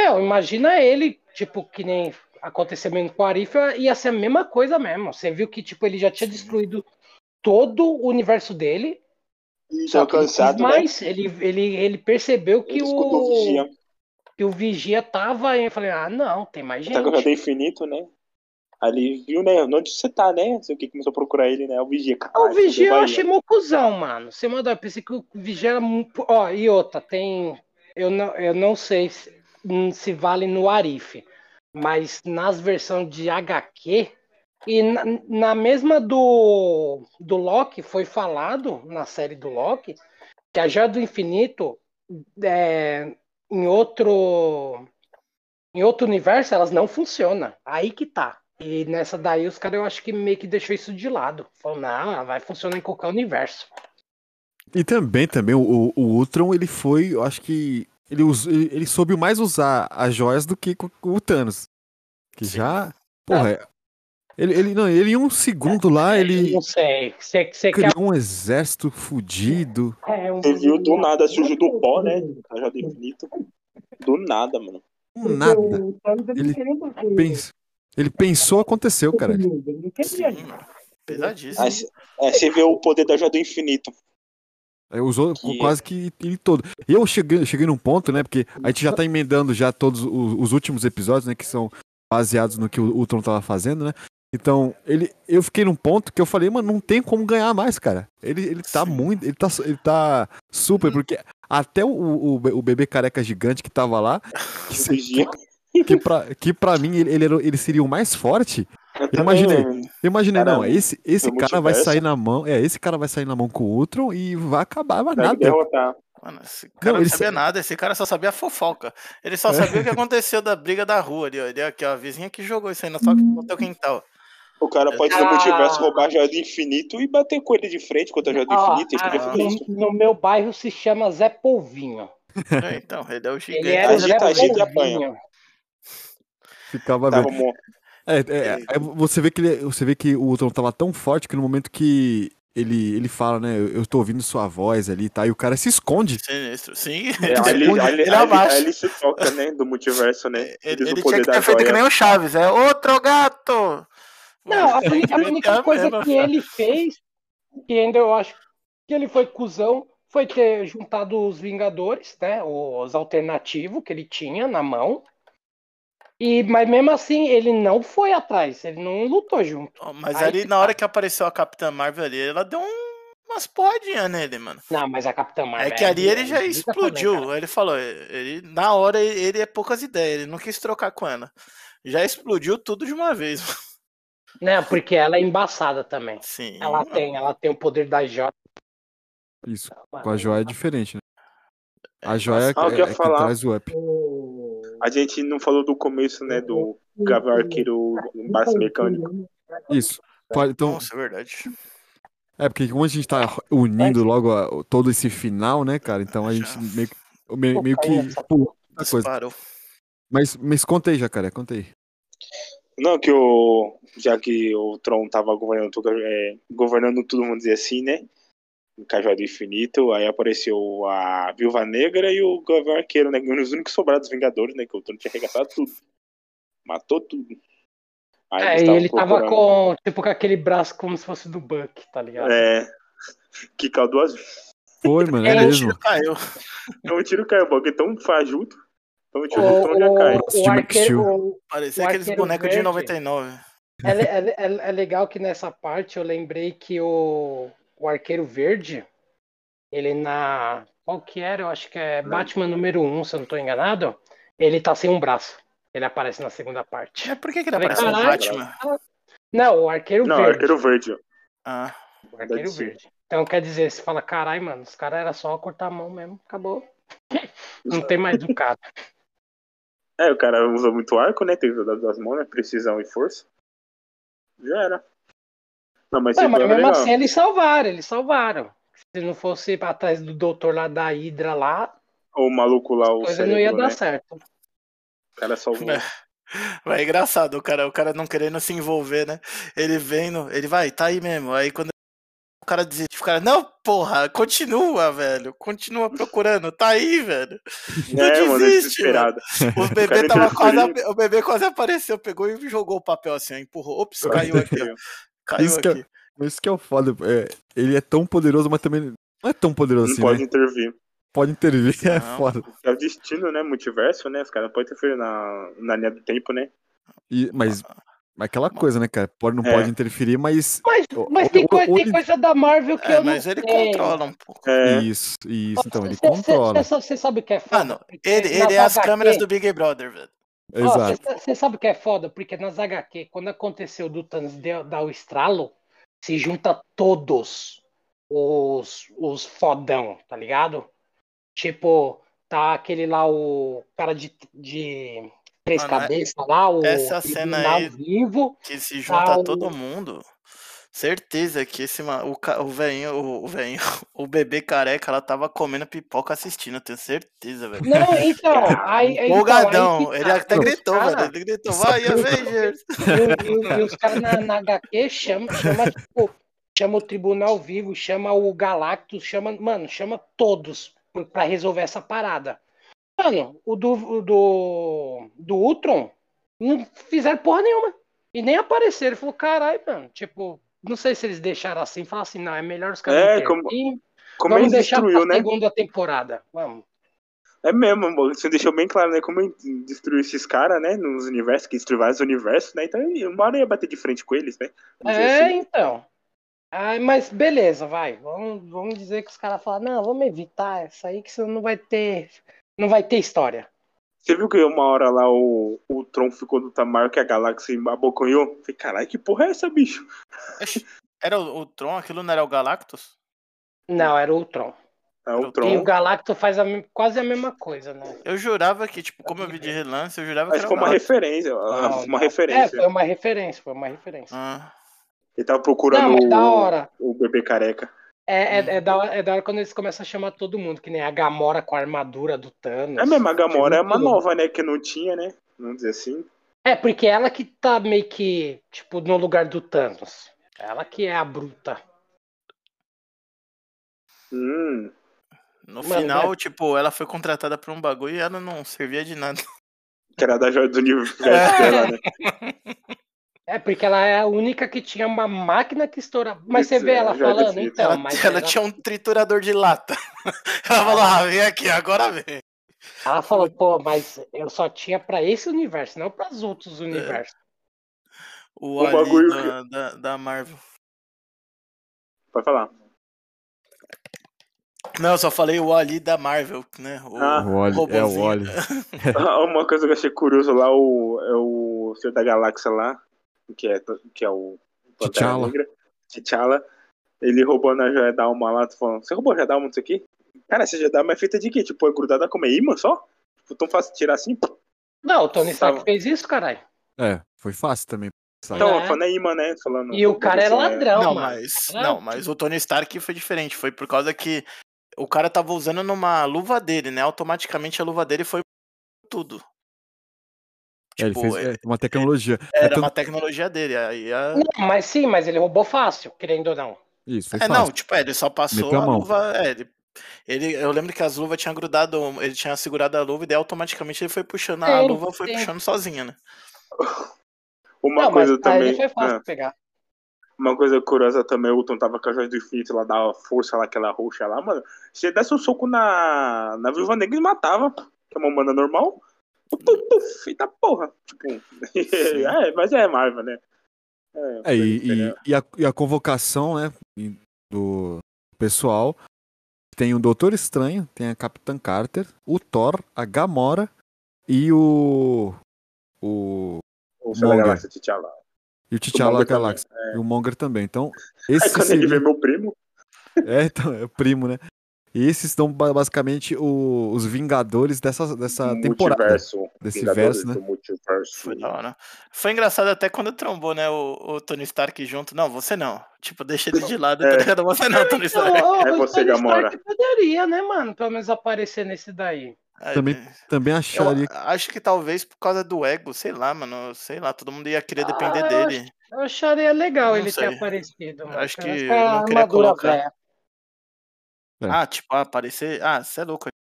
Meu, imagina ele, tipo, que nem aconteceu mesmo com o Arifa, ia ser a mesma coisa mesmo. Você viu que, tipo, ele já tinha Sim. destruído todo o universo dele. E Só já que ele cansado, quis né? mais. Ele, ele, ele percebeu que Ele escutou o o, vigia. que o Vigia tava aí. Eu falei, ah, não, tem mais gente. Tá com o Jadão infinito, né? Aí ele viu, né? Onde você tá, né? Não sei o que começou a procurar ele, né? O vigia. Ah, Caralho, o Vigia cadê eu Bahia? achei mó cuzão, mano. Você mandou, eu pensei que o Vigia era. mu- Ó, e outra, tem. Eu não, eu não sei se, hum, se vale no Arif, mas nas versões de HQ e na, na mesma do, do Loki, foi falado na série do Loki que a Joia do Infinito é, em outro. Em outro universo, elas não funcionam. Aí que tá. E nessa daí os caras eu acho que meio que deixou isso de lado. Falou, não, ela vai funcionar em qualquer universo. E também, também, o, o Ultron, ele foi, eu acho que. Ele, us- ele ele soube mais usar as joias do que co- o Thanos. Que Sim. já. Porra. é- Ele, ele, não, ele em um segundo lá, ele Não sei. Você, você quer. criou um exército fudido. É, um... Você viu do nada, surgiu do pó, né? O Jadão infinito. Do nada, mano. um Nada. Ele Pens- Ele pensou, aconteceu, cara. Sim, mano. Pesadíssimo. Aí, cê- é, você vê o poder da Jadão infinito. Aí usou Que- quase que ele todo. Eu cheguei, cheguei num ponto, né? Porque a gente já tá emendando já todos os, os últimos episódios, né? Que são baseados no que o Ultron tava fazendo, né? Então, ele, eu fiquei num ponto que eu falei, mano, não tem como ganhar mais, cara. Ele, ele tá Sim. muito. Ele tá, ele tá Uhum. super, porque até o, o, o bebê careca gigante que tava lá, que, O se- vigia. que, pra, que pra mim ele, ele, era, o- ele seria o mais forte. Eu imaginei. é, Eu imaginei, não, Caramba, esse, esse do cara vai multiverso. sair na mão. É, esse cara vai sair na mão com o Ultron e vai acabar, vai Deve nada. derrotar. Mano, esse cara não, É. ele sabia sa- nada, esse cara só sabia fofoca. Ele só sabia o que aconteceu da briga da rua ali, ó. Ele é aqui, ó, a vizinha que jogou isso aí no, sua, Hum. no teu quintal. O cara pode ser Ah. multiverso, roubar a Joia do Infinito e bater com ele de frente contra a Joia do Ó, Infinito. Ele podia ah, fazer isso. no, no meu bairro se chama Zé Polvinho. É, então, ele é o gigante. Ele era o Zé Agita, agita e Polvinho. Tá Ficava Tava vendo. mo- É, é, é, você, vê que ele- você vê que o Ultron tava tão forte que no momento que ele, ele fala, né, eu, eu tô ouvindo sua voz ali, tá? E o cara se esconde. Sinistro, sim. É, aí ele, Ele aí ele- aí ele- abaixa. aí ele se toca, né? Do multiverso, né? Ele, Diz o ele tinha poder que da ter feito que joia. nem o Chaves, é outro gato! Não, a única, a Ele única é coisa mesmo, que cara. ele fez, que ainda eu acho que ele foi cuzão, foi ter juntado os Vingadores, né? Os alternativos que ele tinha na mão. E, mas mesmo assim, ele não foi atrás, ele não lutou junto. Ó, Mas Aí ali que na tá. hora que apareceu a Capitã Marvel ali, ela deu um- umas porradinhas nele, mano. Não, mas a Capitã Marvel. é que ali ele já nunca explodiu. falei, cara. ele falou, ele, na hora ele ele é poucas ideias, ele não quis trocar com ela. Já explodiu tudo de uma vez. Não, porque ela é embaçada também. Sim. Ela tem, ela tem o poder da joia. Isso, com a joia é diferente, né? A joia é, Ah, eu queria é que falar. traz o up. A gente não falou do começo, né? Do Gavião Arqueiro Barça Mecânico. Isso. Pode- Então, Nossa, é verdade. é porque como a gente tá unindo logo a- todo esse final, né, cara? Então a gente meio, que- me- meio que pula a coisa. Disparou. Mas, mas conta aí, Jacaré, conta aí. Não, que o. Já que o Tron tava governando, tudo, é, governando tudo, vamos dizer assim, né? No Cajó do Infinito, aí apareceu a Viúva Negra e o Gavião Arqueiro, né? Um dos únicos sobrados dos Vingadores, né? Que o Tron tinha arregaçado tudo. Matou tudo. Aí É, eles e ele tava procurando- com, tipo, com aquele braço como se fosse do Buck, tá ligado? É. Que caiu duas vezes. Foi, mano, é É, mesmo. Caiu. Então o tiro caiu, porque tão fajuto. Então o O, tiro do Tron já cai. o, o Steel- arqueiro, o- Parecia O aqueles arqueiro bonecos de verde. 99. é, le- é, le- é, le- é legal que nessa parte eu lembrei que o, o arqueiro verde, ele na. Qual que era? Eu acho que Né? é Batman número 1, se eu não tô enganado. Ele tá sem um braço. Ele aparece na segunda parte. É, por que, que ele Falei, apareceu no "Caralho". Batman? Não, o arqueiro Não, é verde. arqueiro verde. ó. Ah, O Arqueiro Deve ser. verde. Então quer dizer, você fala, carai, mano, os caras era só cortar a mão mesmo, acabou. Não tem mais do cara. É, o cara usa muito arco, né? Tem que usar das mãos, né? Precisão e força. Já era. Não, mas, Não, esse mas plano é mesmo legal. assim eles salvaram, eles salvaram. Se não fosse pra trás do doutor lá da Hydra lá, O maluco lá, o coisa não ia cérebro, dar né? certo. O cara é só... mas é engraçado, o cara, o cara não querendo se envolver, né? Ele vendo, ele vai, tá aí mesmo. Aí quando o cara desiste, o cara, não, porra, continua, velho. Continua procurando, tá aí, velho. Não é, mano, é desiste, desesperado. O cara bebê tava quase, interferiu. o bebê quase apareceu, pegou e jogou o papel assim, ó, empurrou. Ops, caiu aqui, ó. Caiu Isso que é- aqui. Isso que é o foda. é, ele é tão poderoso, mas também não é tão poderoso Não assim, pode né? intervir. Pode intervir, é Não. foda. É o destino, né? Multiverso, né? Os caras não podem interferir na, na linha do tempo, né? E- mas Ah, mas aquela coisa, né, cara? Pode, não É. pode interferir, mas. Mas, mas tem, Ou- coi- ou- tem coisa da Marvel que É, eu não mas ele sei. controla um pouco. É, Isso, isso, então, ele Cê- cê- controla. cê sabe- Você sabe o que é foda? Mano, Porque ele, nas ele é as HQ câmeras do Big Brother, velho. Exato. Você sabe o que é foda? Porque nas HQ, quando aconteceu do Thanos de- dar o estralo, se junta todos os, os fodão, tá ligado? Tipo, tá aquele lá, o cara de, de três Mano, é- cabeças lá, o essa cena aí- tribunal vivo. que se junta o- todo mundo. Certeza que esse ma- o ca- o velhinho, o, o velhinho, o bebê careca, ela tava comendo pipoca assistindo, eu tenho certeza, Não, velho. então, aí, então, aí Folgadão, que ele tá. até Os gritou, cara- velho. Ele gritou, Só vai, pelo- Avengers! E, o- e o- e os caras na, na HQ chamam, chama, tipo, chama o Tribunal Vivo, chama o Galactus, chama, mano, chama todos por- pra resolver essa parada. Mano, o do, o do, do Ultron não fizeram porra nenhuma. E nem apareceram. Ele falou, caralho, mano, tipo, não sei se eles deixaram assim, falaram assim, não, é melhor os caras. É, não como- intervirem, como ele Vamos deixar destruiu, pra né? segunda temporada. Vamos. É mesmo, você deixou bem claro, né? Como ele destruiu esses caras, né? Nos universos, que destruiu vários universos, né? Então uma hora ia bater de frente com eles, né? Vamos dizer É, assim. então. Ah, mas beleza, vai. Vamos, vamos dizer que os caras falam, não, vamos evitar essa aí que você não vai ter. Não vai ter história. Você viu que uma hora lá o, o Tron ficou do tamanho que a galáxia abocanhou? Falei, caralho, que porra é essa, bicho? Era o, o Tron, aquilo não era o Galactus? Não, era o Ultron. É o E o Tron. Galactus faz a me- quase a mesma coisa, né? Eu jurava que, tipo, como eu vi de relance, eu jurava que Mas era foi o uma Galactus. referência, Não, uma não. É, referência. foi uma referência, foi uma referência. Ah, Ele tava procurando Não, mas da o, hora. o bebê careca. É, é, é da hora. É da hora quando eles começam a chamar todo mundo, que nem a Gamora com a armadura do Thanos. É mesmo, a Gamora é uma Tudo. nova, né? Que não tinha, né? Vamos dizer assim. É, porque ela que tá meio que, tipo, no lugar do Thanos. Ela que é a bruta. Hum. no Mano, final, velho. tipo, ela foi contratada pra um bagulho e ela não servia de nada. Que era da joia do universo dela, né? É, porque ela é a única que tinha uma máquina que estourava. Mas você Isso, vê é, ela já falando, decidi. então, ela mas ela ela- tinha um triturador de lata. Ela falou, ah, vem aqui, agora vem. Ela falou, pô, mas eu só tinha pra esse universo, não para os É. outros universos. O, O Ali bagulho da, da, da Marvel. Pode falar. Não, eu só falei o Ali da Marvel, né? O Ah. O Wally, é o robozinho. Wally. Uma coisa que eu achei curioso lá, o, é o Senhor da Galáxia lá, que é, que é o Pantera T'Challa. Negra, T'Challa, ele roubando a joia da alma lá, tu falando, você roubou a joia da alma disso aqui? Cara, essa joia da alma é feita de quê? Tipo, é grudada como é imã só? Tipo, tão fácil de tirar assim? Não, o Tony Stark Tá. fez isso, caralho. É, foi fácil também. Sabe? Então, É. falando é imã, né? Falando, E o cara é assim, ladrão, Não, mano. mas, né? Não. não, mas o Tony Stark foi diferente. Foi por causa que o cara tava usando numa luva dele, né? Automaticamente a luva dele foi tudo. É, ele Tipo, fez é, uma tecnologia. É Era tanto- uma tecnologia dele. Aí a... Não, mas sim, mas ele roubou fácil, querendo ou não. Isso, foi É, fácil. não, tipo, é, ele só passou Meteu a a mão. luva. é, ele, ele- eu lembro que as luvas tinham grudado, ele tinha segurado a luva e daí automaticamente ele foi puxando. a Sim, luva foi sim. puxando sozinha, né? Uma não, coisa mas pra também. ele foi fácil ah, pegar. Uma coisa curiosa também, o Tom tava com a joia do infinito lá, da força lá, aquela roxa lá, mano. Se ele desse um soco na, na Viúva Negra, ele matava, que é uma humana normal. Puf, puf, puf, Eita porra. Tipo, é, mas é Marvel, né? É, e, e- e a, e a convocação, né, e- do pessoal, tem o Doutor Estranho, tem a Capitã Carter, o Thor, a Gamora e o... o O Senhor da Monger. Galáxia, T'Challa. e o O T'Challa da Monger é. Galáxia. E o Monger também. Então, esse Aí é, quando ele seria- vê meu primo, É, então, é o primo, né? E esses são ba- basicamente o- os Vingadores dessa, dessa temporada. multiverso. desse Vingadores verso, né? do multiverso. Foi da hora. Foi engraçado até quando trombou, né, o, o Tony Stark junto. Não, você não. Tipo, deixa ele de lado, tá É. ligado? Você não, Tony Stark. Então, É o você, Tony Gamora. Stark poderia, né, mano? Pelo menos aparecer nesse daí. Aí, Também né? Também Eu acharia que acho que talvez por causa do ego, sei lá, mano. Sei lá, todo mundo ia querer depender Ah, eu dele. Eu acharia legal Não ele sei. ter aparecido, mano. Acho que Mas eu com a não queria armadura colocar. velha. É. Ah, tipo, ah, aparecer. Ah, você é louco. Isso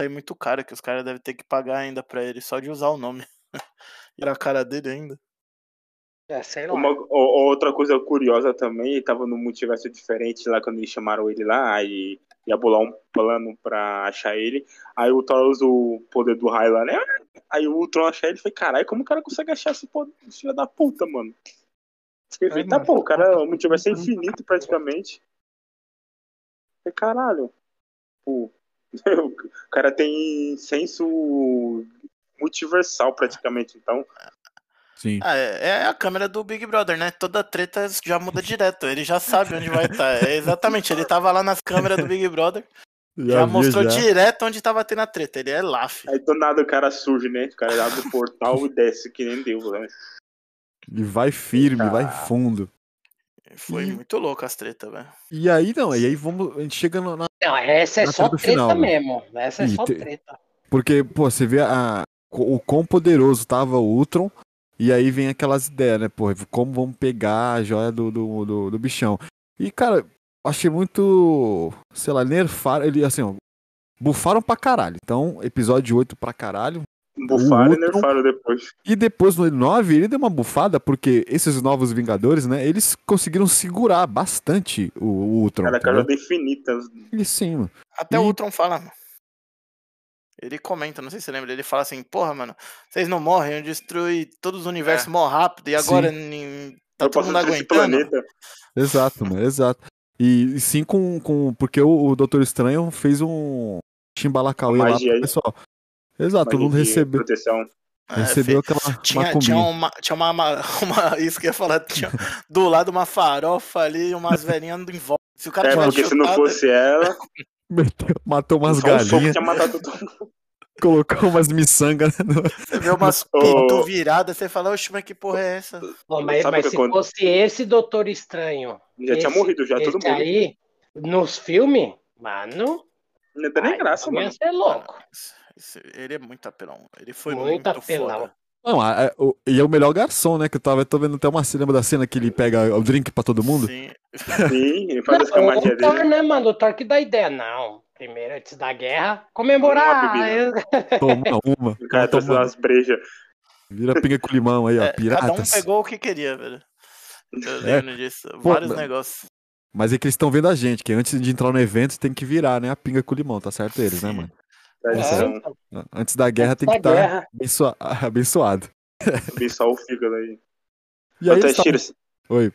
aí é muito caro que os caras devem ter que pagar ainda pra ele, só de usar o nome. e a cara dele ainda. É, sei lá. Uma, o- outra coisa curiosa também, ele tava num multiverso diferente lá quando eles chamaram ele lá, aí ia bolar um plano pra achar ele. Aí o Thor usa o poder do raio lá, né? Aí o Ultron acha ele e falei, caralho, como o cara consegue achar esse poder, esse filho da puta, mano? Eu falei, Ai, tá mano. pô, o cara, o multiverso é infinito praticamente. Eu Falei, caralho. Pô, o cara tem senso multiversal praticamente, então. sim. Ah, é, é a câmera do Big Brother, né? Toda treta já muda direto. Ele já sabe onde vai estar. É exatamente, ele tava lá nas câmeras do Big Brother. Já, havia, mostrou já. direto onde tava tendo a treta. Ele é lá, filho. Aí do nada o cara surge, né? O cara abre o portal e desce que nem Deus, né? E vai firme, vai Ah. fundo. Foi Ih. muito louco as tretas, velho. E aí, não, e aí vamos. A gente chega no- na. Não, essa é Na só cena do treta final, né? mesmo. Essa é Ih, só te- treta. Porque, pô, você vê a, o quão poderoso tava o Ultron. E aí vem aquelas ideias, né, pô, como vamos pegar a joia do, do, do, do bichão. E, cara, achei muito. Sei lá, nerfaram. Ele, assim, ó, bufaram pra caralho. Então, episódio 8 pra caralho. Bufaram e Ultron. nerfaram depois. E depois no 9 ele deu uma bufada, porque esses novos Vingadores, né? Eles conseguiram segurar bastante o, o Ultron. Cara, a cara entendeu? da infinita. Ele sim, mano. Até o E- Ultron fala, mano. Ele comenta, não sei se você lembra, ele fala assim, porra, mano, vocês não morrem, eu destruí todos os universos mó rápido e agora nin- tá É. todo eu posso mundo destruir esse aguentando. planeta. Exato, mano, exato. E, e sim com, com. Porque o, o Doutor Estranho fez um chimbalacauê lá Magia pro aí. pessoal. Exato, Tá todo mundo Magia, recebeu, Proteção. É, recebeu fe- aquela Tinha, tinha, macumbinha. um- uma, tinha uma, uma, uma- Isso que eu ia falar, tinha do lado uma farofa ali e umas velhinhas andando em volta. Se o cara É, tivesse porque se não chutado, fosse ela, Meteu- Matou umas só um soco galinhas, tinha matado todo mundo. colocou umas miçangas. né, no- Você vê umas Ô. pinto viradas, você fala, oxe, mas que porra é essa? Pô, mas sabe o mas que se aconte- fosse esse Doutor Estranho, Já tinha Esse- morrido, já todo esse mundo. aí, nos filmes, mano, Não tem nem ai, graça, o bagulho mano. ia ser louco. Esse- esse- ele é muito apelão. Ele foi Muito muito, apelão. foda. Não, a- a- o- e é o melhor garçom, né? Que eu tava eu tô vendo até uma cena lembra da cena que ele pega o drink pra todo mundo. Sim, Sim, ele faz as Não, o camadinhas Thor, dele. né, mano? O Thor que dá ideia. Não, primeiro, antes da guerra, comemorar. Uma Toma uma, O cara trouxe toma as brejas. Vira pinga com limão aí, ó. É, piratas. É. Cada um pegou o que queria, velho. Eu lembro disso. Pô, Vários mano. negócios. Mas é que eles estão vendo a gente, que antes de entrar no evento tem que virar, né? A pinga com limão, tá certo eles, né, Sim. mano? Tradição. então, Antes da guerra tem da que tá. estar guerra. abençoa- abençoado. Abençoar o fígado aí. E aí, Ô, eles Teixeira, tavam- Oi.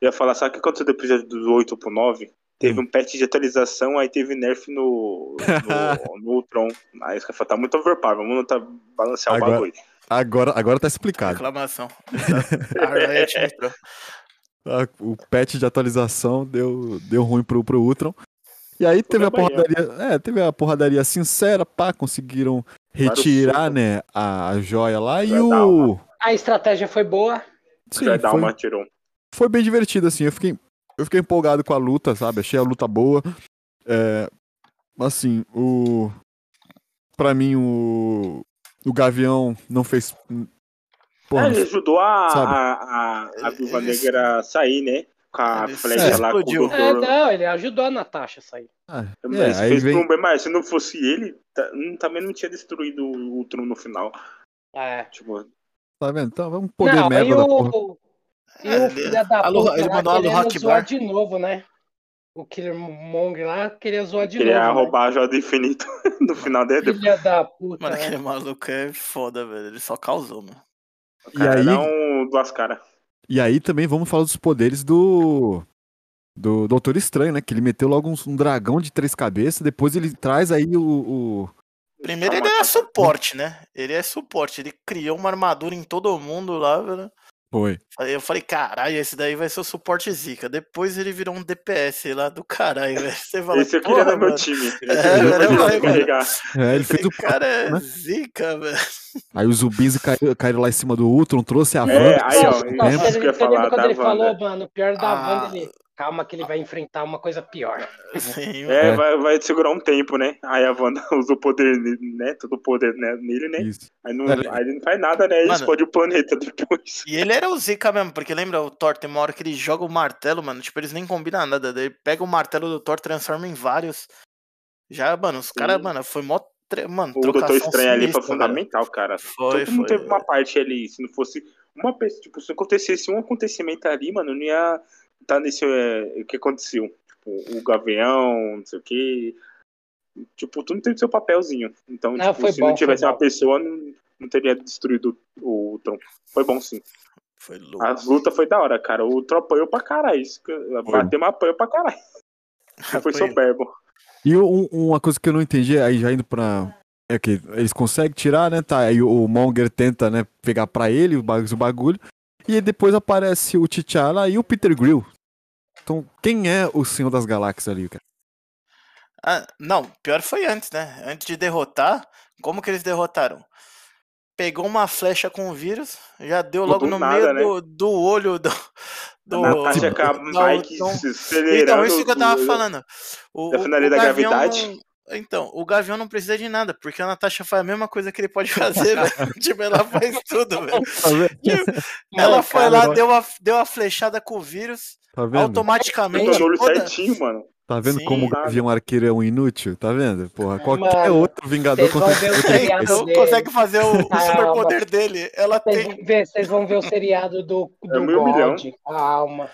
eu ia falar, sabe o que aconteceu do episódio do 8 pro 9? Teve Hum. um patch de atualização, aí teve nerf no, no, no Ultron. Aí os caras falaram, tá muito overpower, vamos tentar balancear Agora- o bagulho. Agora, agora tá explicado. Reclamação. é A Riot entrou. Tá? O patch de atualização deu, deu ruim pro, pro Ultron. E aí teve a Amanhã. porradaria. É, teve a porradaria sincera, pá, conseguiram retirar, socos. né, a a joia lá e Vai dar o. A estratégia foi boa. Sim, Vai dar foi- uma tirou. foi bem divertido, assim. Eu fiquei, eu fiquei empolgado com a luta, sabe? Achei a luta boa. É, assim, o. Pra mim, o. O Gavião não fez. Porra, Ah, ele ajudou a, sabe? a, a, a Viúva Ele- É, Negra a sair, né? Com a Ele flecha lá com o explodiu. doutor. É, não, ele ajudou a Natasha a sair. ah, Mas é, aí fez vem. por um bem mais. Se não fosse ele, tá- hum, também não tinha destruído o Ultron no final. É. Tipo, Tá vendo? Então vamos poder não, merda e da o- porra. E É, o ele- filho da Alô, puta ele lá mandou alô, querendo Rock zoar Bar. de novo, né? O Killer Monger lá queria zoar de queria né? novo. roubar a joia do infinito no final né? dele. Filha da puta. Mano, né? aquele maluco é foda, velho. Ele só causou, mano. E Cara, aí- Era um duas caras. E aí também vamos falar dos poderes do. Do Doutor Estranho, né? Que ele meteu logo uns- um, dragão de três cabeças, depois ele traz aí o. o- Primeiro Ah, ele mas- é suporte, né? Ele é suporte. Ele criou uma armadura em todo mundo lá, velho. Foi. Aí eu falei, caralho, esse daí vai ser o suporte zica. Depois ele virou um DPS lá do caralho, velho. Você fala, Esse eu queria "Porra, no meu mano, time. É, era Eu mais, queria carregar. É, ele Esse fez o. cara é né? zica, velho. Aí os zumbis caíram, caíram lá em cima do Ultron, trouxe a É, Wanda. aí, ó, Nossa, isso nossa, que eu ele, ia você falar, lembra quando da ele falou, Wanda. mano, o pior da Ah. Wanda, ele... Calma que ele vai enfrentar uma coisa pior. Sim, mano. É, É. Vai, vai segurar um tempo, né? Aí a Wanda usa o poder, ne- né? Todo o poder né? nele, né? Isso. Aí, não, Cara, aí ele não faz nada, né? Ele Mano. explode o planeta depois. E ele era o Zika mesmo, porque lembra o Thor, tem uma hora que ele joga o martelo, mano, tipo, eles nem combinam nada, daí pega o martelo do Thor, transforma em vários. Já, mano, os caras, Sim. mano, foi mó, tre... mano, O Doutor Estranho ali foi sinistra, velho. fundamental, cara. Foi, Todo mundo foi. é. teve uma parte ali. Se não fosse uma pessoa, tipo, se acontecesse um acontecimento ali, mano, não ia estar nesse. é, o que aconteceu? Tipo, o Gavião, não sei o quê. Tipo, tudo teve seu papelzinho. Então, Ah, tipo, foi se bom, não tivesse foi uma bom. pessoa, não, não teria destruído o Ultron. Foi bom, sim. Foi louco. A luta foi da hora, cara. O Ultron apanhou pra caralho. Isso que- Bateu, mas apanhou pra caralho. Foi Apanhou. soberbo. E um- uma coisa que eu não entendi, aí já indo pra. É que eles conseguem tirar, né? Tá, aí o Monger tenta, né, pegar pra ele o bag- o bagulho. E aí depois aparece o T'Challa e o Peter Grill. Então, quem é o Senhor das Galáxias ali, cara? Ah, não, pior foi antes, né? Antes de derrotar, como que eles derrotaram? Pegou uma flecha com o vírus, já deu logo Botou no nada, meio né? do, do olho do. A do Natasha do- com a do- Mike do- se Então, acelerando. isso que eu tava o- falando. O, né? da o- finalidade o da Gavião gravidade. não- Então, o Gavião não precisa de nada, porque a Natasha faz a mesma coisa que ele pode fazer, velho. Tipo, ela faz tudo, velho. Tá vendo? Tipo, Ela Mano, foi cara, lá, deu a, deu a flechada com o vírus, Tá vendo? automaticamente. Botou no olho toda- certinho, mano. Tá vendo Sim. como o Gavião Arqueiro é um inútil? Tá vendo? Porra, qualquer Mano, outro Vingador vocês vão ver o consegue. seriado Não dele. Então, consegue fazer o, o Calma. superpoder dele. Ela Vocês tem. vão ver- vocês vão ver o seriado do, do É meio God, milhão. calma.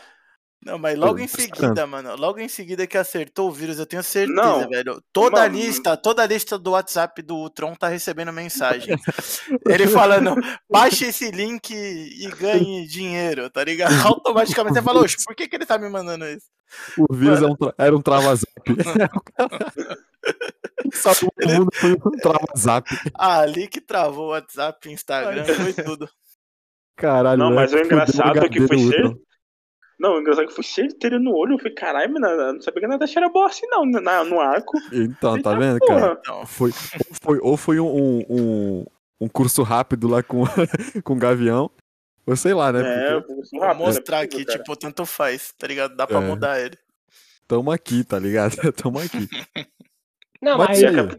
Não, mas logo Pô, em bastante. seguida, mano. Logo em seguida que acertou o vírus, eu tenho certeza, Não, velho. Toda a mano. lista, toda a lista do WhatsApp do Ultron tá recebendo mensagem. Ele falando, baixe esse link e ganhe dinheiro, tá ligado? Automaticamente você falou, por que, que ele tá me mandando isso? O vírus é um tra- era um travazap. Só que o mundo foi um travazap. Ah, ali que travou o WhatsApp, Instagram, foi tudo. Caralho, Não, né? mas o Fudeu engraçado é que foi verdadeiro cer- Ultron. Não, o engraçado é que foi certeiro no olho. Eu falei, caralho, mano, eu não sabia que a Natasha era boa assim, não, na, no arco. Então, tá Eita vendo, cara? Porra. Então, Foi, ou foi, ou foi um, um, um- um curso rápido lá com, com o Gavião. Ou sei lá, né? É, Porque vou vou né, mostrar aqui, tipo, tanto faz, tá ligado? Dá pra É. mudar ele. tamo aqui, tá ligado? Tamo aqui. Não, Mas mas e aí, aí?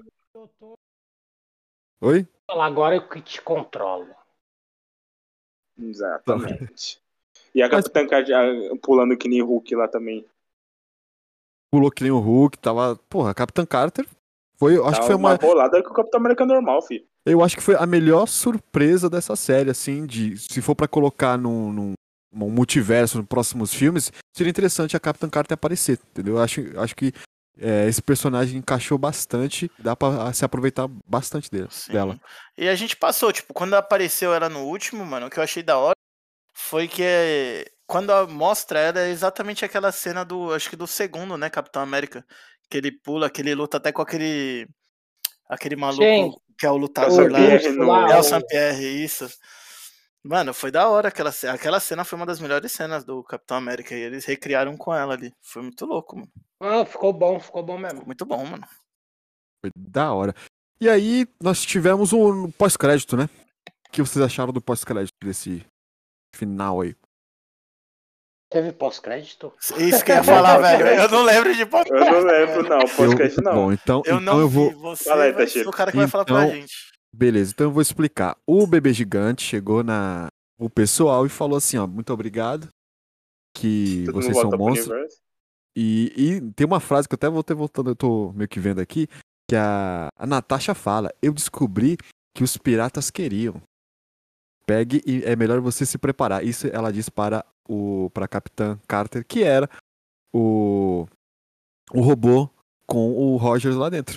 Oi? falar agora eu que te controlo. Exatamente. E a Capitã Card- a- pulando que nem Hulk lá também. Pulou que nem o Hulk, tava. Porra, Capitão Carter. Foi, eu acho Tá que foi uma uma, bolada que o Capitão América é normal, filho. eu acho que foi a melhor surpresa dessa série, assim, de se for pra colocar num, num- num multiverso, nos próximos filmes, seria interessante a Capitã Carter aparecer, entendeu? Eu acho, eu acho que é, esse personagem encaixou bastante, dá pra se aproveitar bastante dele, Sim. dela. E a gente passou, tipo, quando apareceu ela no último, mano, o que eu achei da hora foi que é, quando a- mostra ela é exatamente aquela cena do, acho que do segundo, né, Capitão América, que ele pula, que ele luta até com aquele aquele maluco Gente, que é o Nossa, lutador lá, Pierre, Russo não. lá, é o o- Saint-Pierre, isso. Mano, foi da hora aquela cena. Aquela cena foi uma das melhores cenas do Capitão América e eles recriaram com ela ali. Foi muito louco, mano. Ah, ficou bom, ficou bom mesmo. Muito bom, mano. Foi da hora. E aí, nós tivemos um pós-crédito, né? O que vocês acharam do pós-crédito desse final aí? Teve pós-crédito? Isso que eu ia falar, velho. Eu não lembro de Eu não lembro, não. Podcast Eu- não. Bom, então, Eu então não eu vou. vi. Você Fala aí, vai ser Teixeira. o cara que vai falar pra Então- gente. Beleza, então eu vou explicar. O bebê gigante chegou na o pessoal e falou assim, ó, muito obrigado. Que Todo mundo vocês volta são pro monstros. universo. E, e tem uma frase que eu até voltei voltando, eu tô meio que vendo aqui, que a, a Natasha fala: Eu descobri que os piratas queriam. Pegue e é melhor você se preparar. Isso ela diz para o para a Capitã Carter, que era o, o robô com o Rogers lá dentro.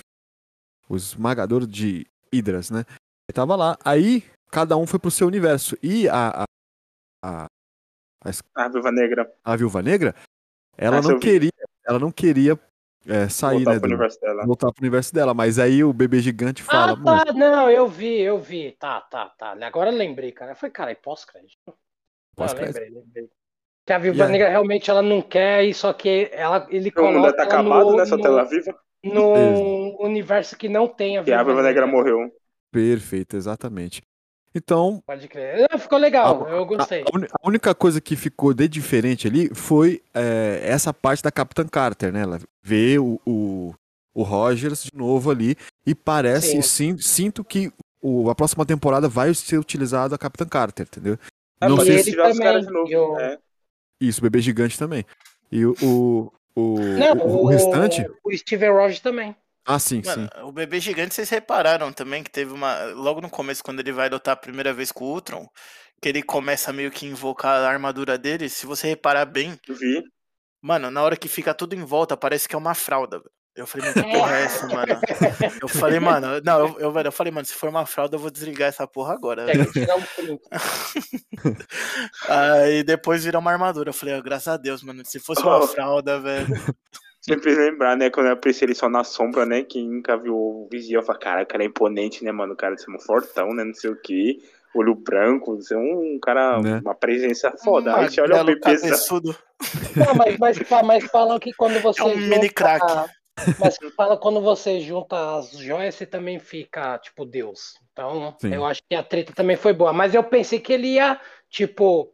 O esmagador de Hidras, né? Ele tava lá. Aí cada um foi pro seu universo. E a, a, a, Ah, Viva Negra. a Viúva Negra, ela Essa eu não vi. queria, ela não queria é, sair, voltar né, pro do- universo dela. voltar pro universo dela, mas aí o bebê gigante fala, ah, "Mano, tá, não, eu vi, eu vi. Tá, tá, tá. Agora eu lembrei, cara. Foi, cara, é pós-crédito. Não, pós-crédito. lembrei, lembrei. Que a Viúva E aí? Negra realmente ela não quer isso, só que ela, ele O mundo coloca tá ela acabado, no, né? Só no- tela viva. num universo que não tem a E a Viva Negra morreu. perfeito, exatamente. Então, Pode crer. Ah, ficou legal, Ah, eu a, gostei. a uni- a única coisa que ficou de diferente ali foi é, essa parte da Capitã Carter, né? Ela vê o, o, o Rogers de novo ali e parece, sim, sinto que o- a próxima temporada vai ser utilizado a Capitã Carter, entendeu? É, não mas sei eles se... ele tiveram os também, caras de novo. e o- É. Isso, o bebê gigante também. E o, o, o, ah, o- o restante... o Steven Rogers também. Ah, sim, Mano, sim. o bebê gigante, vocês repararam também que teve uma. Logo no começo, quando ele vai lutar a primeira vez com o Ultron, que ele começa meio que invocar a armadura dele. Se você reparar bem, Vi. mano, na hora que fica tudo em volta, parece que é uma fralda. velho. Eu falei, mano, que porra é essa, mano? Eu falei, mano, não, eu, eu, velho, eu falei, mano, se for uma fralda, eu vou desligar essa porra agora. Tem velho. que tirar um print. Aí depois vira uma armadura. Eu falei, ah, graças a Deus, mano, se fosse uma Oh. fralda, velho. Sempre lembrar, né? Quando eu apareci ele só na sombra, né? Quem nunca viu o vizinho fala, cara, o cara é imponente, né, mano? O cara é um fortão, né? Não sei o que. Olho branco, você é um cara, Né? uma presença Hum, foda. Aí você olha o Magrelo, bebê pesado. é um cabeçudo. Não, mas, mas, fa- mas falam que quando você É um mini crack. Ah, Mas fala quando você junta as joias, você também fica, tipo, Deus. Então, Sim. eu acho que a treta também foi boa. Mas eu pensei que ele ia, tipo,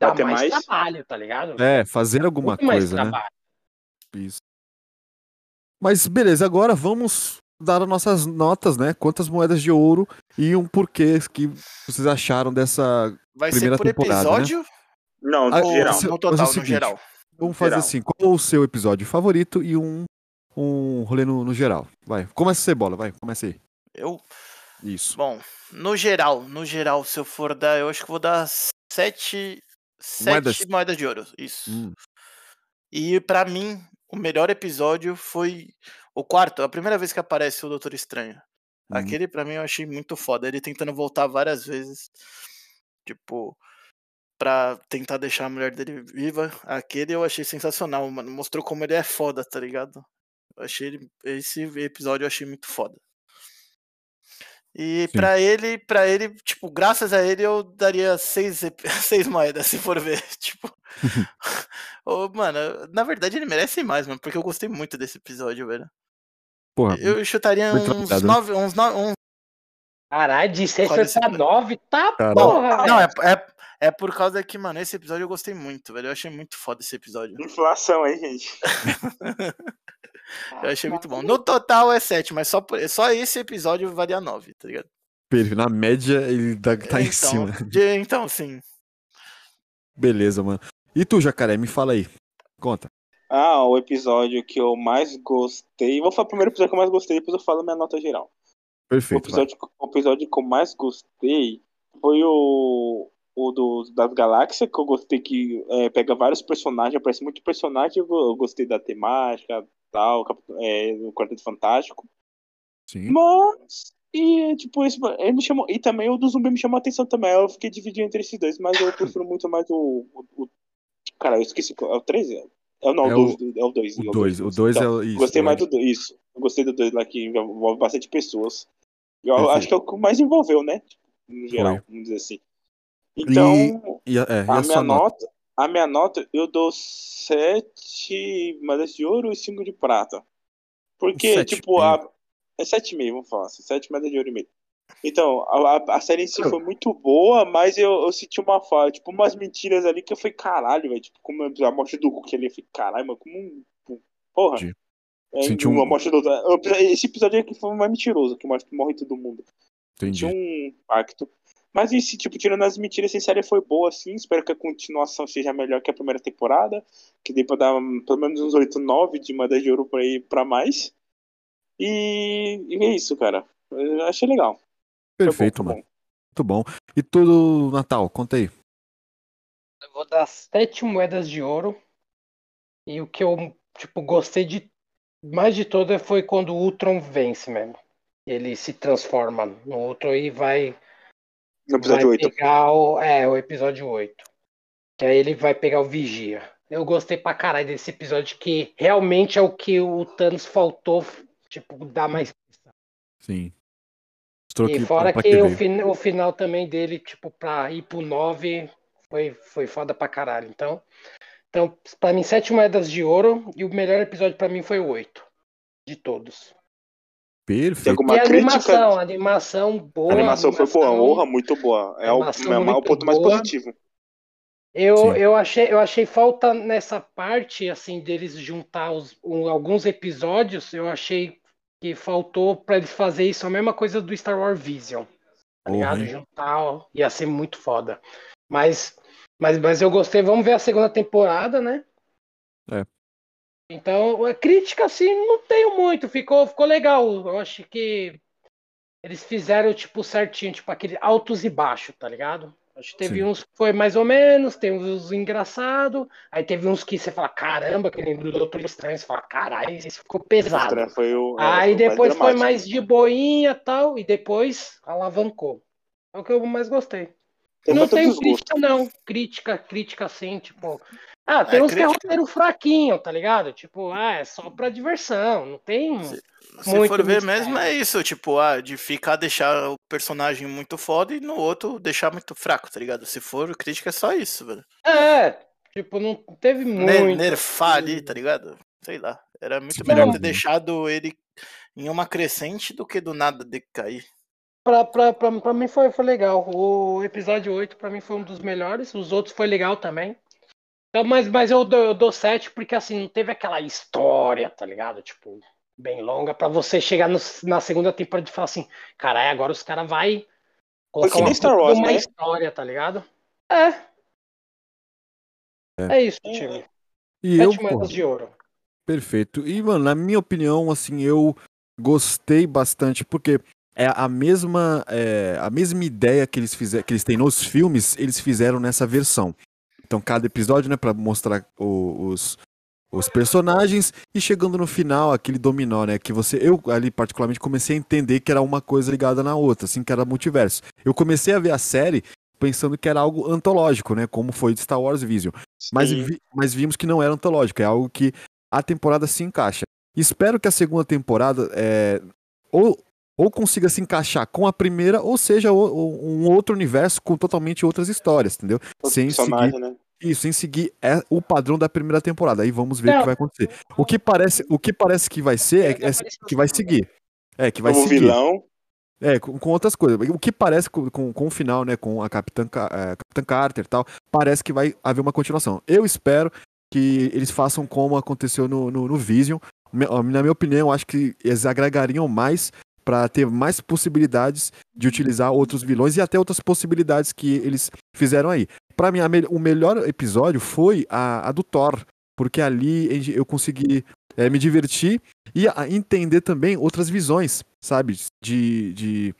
dar Bater mais, mais? trabalho, tá ligado? É, fazer alguma Muito mais coisa, né? trabalho. Isso. Mas beleza, agora vamos dar as nossas notas, né? Quantas moedas de ouro e um porquê que vocês acharam dessa. Vai Primeira ser por temporada, né? episódio Não, Ah, no ou geral. você- no mas é o total, no seguinte, geral? Vamos fazer Geral. assim: qual o seu episódio favorito e um, um rolê no, no geral? Vai, começa a cebola, vai, começa aí. Eu, Isso. bom, no geral, no geral, se eu for dar, eu acho que eu vou dar sete, sete Moedas. moedas. de ouro, isso. Hum, E pra mim, o melhor episódio foi o quarto, a primeira vez que aparece o Doutor Estranho. Uhum. Aquele pra mim eu achei muito foda, ele tentando voltar várias vezes, tipo, pra tentar deixar a mulher dele viva. Aquele eu achei sensacional, mano, mostrou como ele é foda, tá ligado? Eu achei ele, esse episódio eu achei muito foda. E Sim. pra ele, para ele, tipo, graças a ele eu daria seis, ep- seis moedas, se for ver, tipo. Ô, mano, na verdade ele merece mais, mano, porque eu gostei muito desse episódio, velho. porra, Eu chutaria Muito uns obrigado, né? nove, uns nove, uns- Caralho, de 6 Olha, pra você- 9, tá Caralho. porra, velho. Não, é, é, é por causa que, mano, esse episódio eu gostei muito, velho. Eu achei muito foda esse episódio. Inflação aí, gente. Eu achei muito bom. No total é sete, mas só, por- só esse episódio valia nove, tá ligado? perfeito. Na média, ele dá- tá em Então, cima. de- então, sim. Beleza, mano. E tu, jacaré, me fala aí. Conta. Ah, o episódio que eu mais gostei. Vou falar o primeiro episódio que eu mais gostei, depois eu falo minha nota geral. O Perfeito. vai. episódio, o episódio que eu mais gostei foi o, o do, das galáxias, que eu gostei que é, pega vários personagens, aparece muito personagem, eu, go- eu gostei da temática, tal, Cap- é, o Quarteto Fantástico. Sim. Mas. E, tipo, esse, ele me chamou. E também o do zumbi me chamou a atenção também. Eu fiquei dividido entre esses dois, mas eu prefiro muito mais o. o, o- cara, eu esqueci. qual- É o 13? É, não, É é o 2. É o 2. O 2. O 2 é o. Isso, então. Gostei eu mais acho. do 2. Isso. Eu gostei do 2 lá que envolve bastante pessoas. Eu Perfeito. acho que é o que mais envolveu, né? Tipo, No geral, vamos dizer assim. Então, E, a- é, e a a, minha sua nota? nota, a minha nota eu dou 7 medalhas de ouro e 5 de prata. Porque, Sete tipo, a, é 7,5, vamos falar assim, 7 medalhas de ouro e meio. Então, a, a- a série em si foi muito boa, mas eu, eu senti uma falha, tipo, umas mentiras ali que eu falei, caralho, velho. Tipo, como a morte do Hulk ali, eu falei, caralho, mano, como um. Porra. Entendi. É, Senti um- uma morte do. Esse episódio aqui foi o mais mentiroso, que morre morre todo mundo Entendi. tinha um impacto. Mas esse tipo, tirando as mentiras, essa série foi boa, assim. Espero que a continuação seja melhor que a primeira temporada. Que dê pra dar hum, pelo menos uns 8, 9 de uma de ouro pra ir pra mais. E, e é isso, cara. Eu achei legal. Foi bom, tá Perfeito, foi mano. Muito bom. E tudo, Natal, conta aí. Eu vou dar sete moedas de ouro. E o que eu, tipo, gostei de mais de todo foi quando o Ultron vence mesmo. Ele se transforma no Ultron e vai, No episódio vai 8. pegar o, é, o episódio 8. Que aí ele vai pegar o Vigia. Eu gostei pra caralho desse episódio, que realmente é o que o Thanos faltou, tipo, dar mais Sim. Mostrou E que- fora pra que o, veio. fin- o final também dele, tipo, pra ir pro 9, foi, foi foda pra caralho. Então, então, pra mim, sete moedas de ouro e o melhor episódio pra mim foi o 8. De todos. Perfeito. Tem alguma e a crítica? animação, né? a animação a boa. animação foi boa, honra, muito boa. É o, animação é o muito ponto mais boa. positivo. Eu, Sim. eu, achei, eu achei falta nessa parte, assim, deles juntar os, um- alguns episódios. Eu achei que faltou pra eles fazer isso, a mesma coisa do Star Wars Vision. Tá Porra, ligado? hein? Juntar, ó, ia ser muito foda. Mas, mas, mas eu gostei. Vamos ver a segunda temporada, né? É. Então, a crítica, assim, não tenho muito. Ficou, ficou legal. Eu acho que eles fizeram, tipo, certinho, tipo, aquele altos e baixos, tá ligado? Acho que teve Sim. uns que foi mais ou menos, teve uns engraçado, aí teve uns que você fala, caramba, que nem do Doutor Estranho, você fala, caralho, isso ficou pesado. Foi o, é, Aí o mais Ah, depois foi dramático. mais de boinha tal, e depois alavancou. É o que eu mais gostei. Tem não pra todos tenho os gostos. crítica, não. Crítica, crítica assim, tipo. Ah, tem É, uns que é crítica. roteiro fraquinho, tá ligado? Tipo, ah, é só pra diversão. Não tem. Sim. Se Muito for ver mistério. mesmo, é isso, tipo, ah, de ficar, deixar o personagem muito foda e no outro deixar muito fraco, tá ligado? Se for crítica, é só isso, velho. É, tipo, não teve Ne- muito. Nerfar ali, tá ligado? Sei lá. Era muito Sim. melhor ter Não. deixado ele em uma crescente do que do nada decair. Pra, pra, pra, pra mim foi, foi legal. O episódio 8 pra mim foi um dos melhores. Os outros foi legal também. Então, mas, mas eu dou, eu dou 7 porque assim, não teve aquela história, tá ligado? Tipo, bem longa, pra você chegar no- na segunda temporada e falar assim, caralho, agora os caras vai colocar que uma, nem Star puta de Wars, uma né? história, tá ligado? É. É, isso, time. E eu, 7 porra, moedas de ouro. perfeito. E, mano, na minha opinião, assim, eu gostei bastante, porque é a mesma, é, a mesma ideia que eles, fizeram, que eles têm nos filmes, eles fizeram nessa versão. Então, cada episódio, né, pra mostrar o- os, os personagens e chegando no final, aquele dominó, né, que você, eu ali particularmente comecei a entender que era uma coisa ligada na outra, assim, que era multiverso. Eu comecei a ver a série pensando que era algo antológico, né, como foi de Star Wars Vision. Mas, Sim. vi- mas vimos que não era antológico, é algo que a temporada se encaixa. Espero que a segunda temporada é, ou, ou consiga se encaixar com a primeira, ou seja, o- o- um outro universo com totalmente outras histórias, entendeu? Outro Sem seguir, personagem, né? isso, sem seguir é, o padrão da primeira temporada. Aí vamos ver o Não. que vai acontecer. O que parece, o que, parece que vai ser é, é que vai seguir. É, que vai Como seguir. vilão. É, com, com outras coisas. O que parece com, com, com o final, né? Com a Capitã, Ca- eh, Capitã Carter e tal, parece que vai haver uma continuação. Eu espero que eles façam como aconteceu no, no, no Vision. Me- ó, Na minha opinião, eu acho que eles agregariam mais pra ter mais possibilidades de utilizar outros vilões e até outras possibilidades que eles fizeram aí. Pra mim, a mel- o melhor episódio foi a, a do Thor, porque ali em- eu consegui eh, me divertir e a- entender também outras visões, sabe? De. de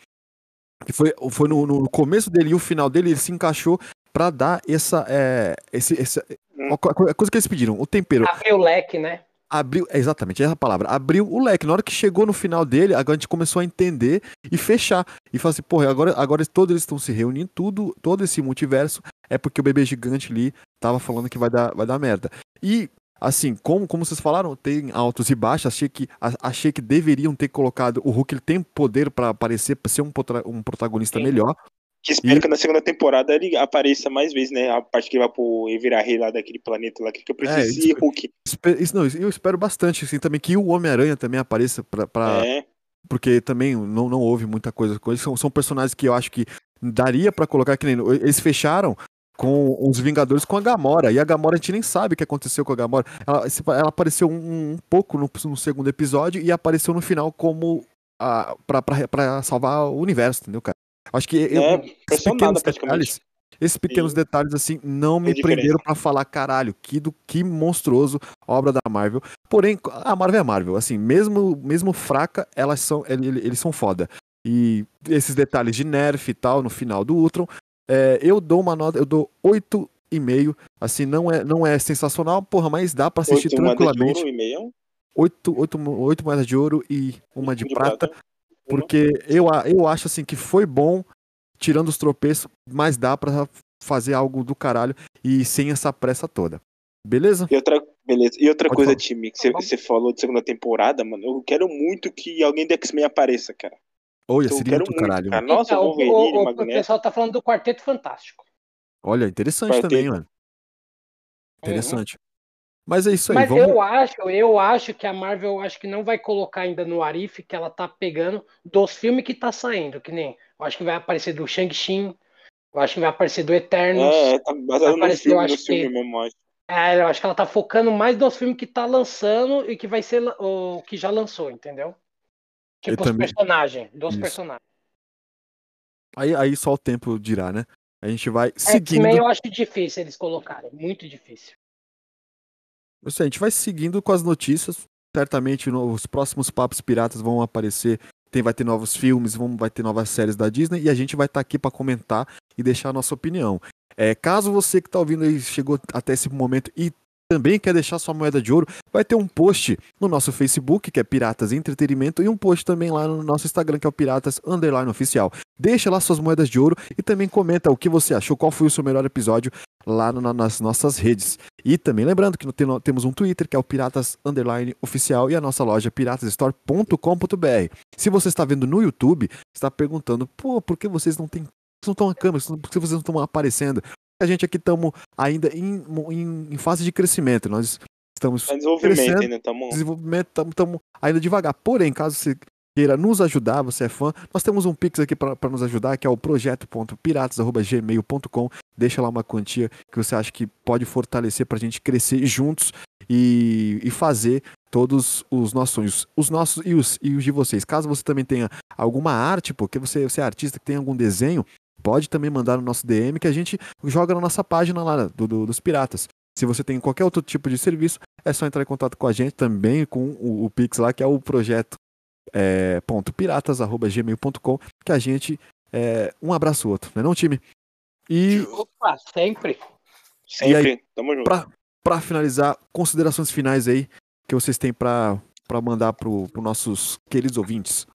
que foi foi no, no começo dele e o final dele, ele se encaixou pra dar essa. eh, esse, essa Hum. a co- a coisa que eles pediram, o tempero. Abriu o leque, né? Abriu, é exatamente, essa a palavra. Abriu o leque. Na hora que chegou no final dele, agora a gente começou a entender e fechar. E falar assim, porra, agora, agora todos eles estão se reunindo, tudo, todo esse multiverso é porque o bebê gigante ali tava falando que vai dar, vai dar merda. E, assim, como, como vocês falaram, tem altos e baixos. Achei que, a- achei que deveriam ter colocado. O Hulk ele tem poder para aparecer, para ser um, potra- um protagonista Sim. melhor. Que espero E- que na segunda temporada ele apareça mais vezes, né? A parte que ele vai pro e virar rei lá daquele planeta lá, que eu preciso É, e isso- Hulk. Espe- Isso, não, isso- eu espero bastante, assim, também que o Homem-Aranha também apareça pra, pra- É. porque também não, não houve muita coisa com eles. São, são personagens que eu acho que daria pra colocar, que nem eles fecharam com os Vingadores com a Gamora, e a Gamora a gente nem sabe o que aconteceu com a Gamora. Ela, se- ela apareceu um, um pouco no, no segundo episódio e apareceu no final como a, pra, pra, pra salvar o universo, entendeu, cara? Acho que eu- É, esses apareceu pequenos nada, praticamente. detalhes, esses pequenos Sim. detalhes assim não me Tem diferença. prenderam pra falar caralho, que do que monstruoso obra da Marvel. Porém, a Marvel é Marvel, assim, mesmo mesmo fraca, elas são ele- ele- eles são foda. E esses detalhes de nerf e tal no final do Ultron, é, eu dou uma nota, eu dou 8 e meio, assim, não é não é sensacional, porra, mas dá pra assistir Oito, uma de tranquilamente. ouro e um meio. um 8 oito, oito moedas de ouro e uma de prata. Uma. Porque eu, a- eu acho assim que foi bom, tirando os tropeços, mas dá pra fazer algo do caralho e sem essa pressa toda. Beleza? E outra, beleza. E outra Pode coisa, falar. time, que você- você falou de segunda temporada, mano. Eu quero muito que alguém da X-Men apareça, cara. Olha, Eu seria quero do muito, caralho. cara. Nossa, Então, o- Wolverine, o, o Magneto. pessoal tá falando do Quarteto Fantástico. Olha, interessante Quarteto. também, mano. Interessante. Mas é isso aí, Mas vamos. eu acho, eu acho que a Marvel acho que não vai colocar ainda no Arif que ela tá pegando dos filmes que tá saindo, que nem. Eu acho que vai aparecer do Shang-Chi, eu acho que vai aparecer do Eternos. É, tá baseado no Apareceu, filme, no acho que- filme mesmo, acho. É, eu acho que ela tá focando mais nos filmes que tá lançando e que vai ser la- o que já lançou, entendeu? Eu Tipo os também- personagens, dos Isso. personagens. Aí, aí só o tempo dirá, né? A gente É, vai seguindo. X-Men eu acho difícil eles colocarem, muito difícil. Isso aí, a gente vai seguindo com as notícias. Certamente no- os próximos papos piratas vão aparecer. Tem, vai ter novos filmes, vão, vai ter novas séries da Disney e a gente vai estar aqui para comentar e deixar a nossa opinião. É, caso você que está ouvindo aí chegou até esse momento e também quer deixar sua moeda de ouro, vai ter um post no nosso Facebook, que é Piratas Entretenimento, e um post também lá no nosso Instagram, que é o Piratas Underline Oficial. Deixa lá suas moedas de ouro e também comenta o que você achou, qual foi o seu melhor episódio lá no- nas nossas redes. E também lembrando que tem- temos um Twitter, que é o Piratas Underline Oficial, e a nossa loja é piratasstore.com.br. Se você está vendo no YouTube, está perguntando, pô, por que vocês não têm. Vocês não estão na câmera, por que vocês não estão aparecendo? A gente aqui estamos ainda em, em- em fase de crescimento. Nós estamos Tá em desenvolvimento Crescendo. ainda, tá bom? desenvolvimento, estamos ainda devagar. Porém, caso você queira nos ajudar, você é fã, nós temos um Pix aqui para nos ajudar, que é o projeto.piratas.gmail.com. Deixa lá uma quantia que você acha que pode fortalecer para a gente crescer juntos e, e fazer todos os nossos sonhos, os nossos e os, e os de vocês. Caso você também tenha alguma arte, porque você, você é artista que tem algum desenho, pode também mandar no nosso DM que a gente joga na nossa página lá do- do- dos Piratas. Se você tem qualquer outro tipo de serviço, é só entrar em contato com a gente também com o, o Pix lá, que é o projeto é, ponto piratas, arroba gmail.com, que a gente é, um abraço o outro, né não, time? E Opa, sempre. Sempre, tamo junto. pra- pra finalizar, considerações finais aí que vocês têm pra pra mandar pro, pro nossos queridos ouvintes.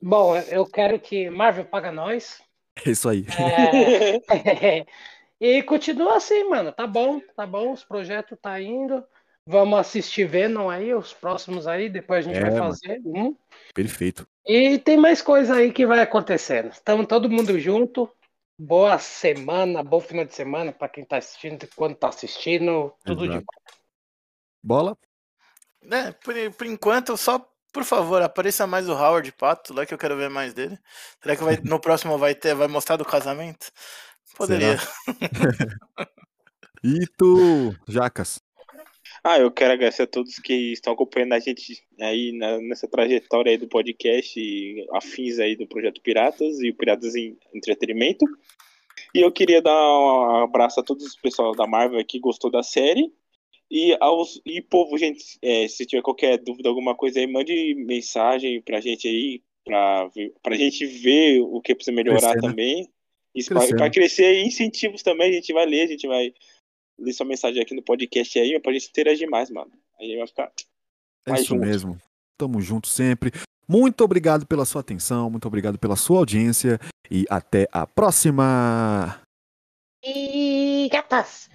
Bom, eu quero que Marvel paga nós. É isso aí. É, e continua assim, mano. Tá bom, tá bom. Os projetos tá indo. Vamos assistir Venom aí, os próximos aí. Depois a gente É, vai mano. fazer. um. Perfeito. E tem mais coisa aí que vai acontecendo. Estamos todo mundo junto. Boa semana, bom final de semana para quem tá assistindo, quando tá assistindo, tudo de Exato. bom. Bola? É, por, por enquanto, só por favor, apareça mais o Howard Pato lá que eu quero ver mais dele. Será que vai- no próximo vai ter, vai mostrar do casamento? Poderia. E tu, Jacas? Ah, eu quero agradecer a todos que estão acompanhando a gente aí na- nessa trajetória aí do podcast e afins aí do Projeto Piratas e o Piratas em Entretenimento. E eu queria dar um abraço a todos os pessoal da Marvel que gostou da série. E, aos, e povo, gente, é, se tiver qualquer dúvida, alguma coisa aí, mande mensagem pra gente aí, pra, ver- pra gente ver o que precisa melhorar Crescer, né? também. Isso Crescer, pra, pra né? crescer e incentivos também, a gente vai ler, a gente vai ler sua mensagem aqui no podcast aí, pra gente interagir mais, mano. Aí vai ficar. É Mas isso junto. mesmo. Tamo junto sempre. Muito obrigado pela sua atenção, muito obrigado pela sua audiência e até a próxima. E gatas!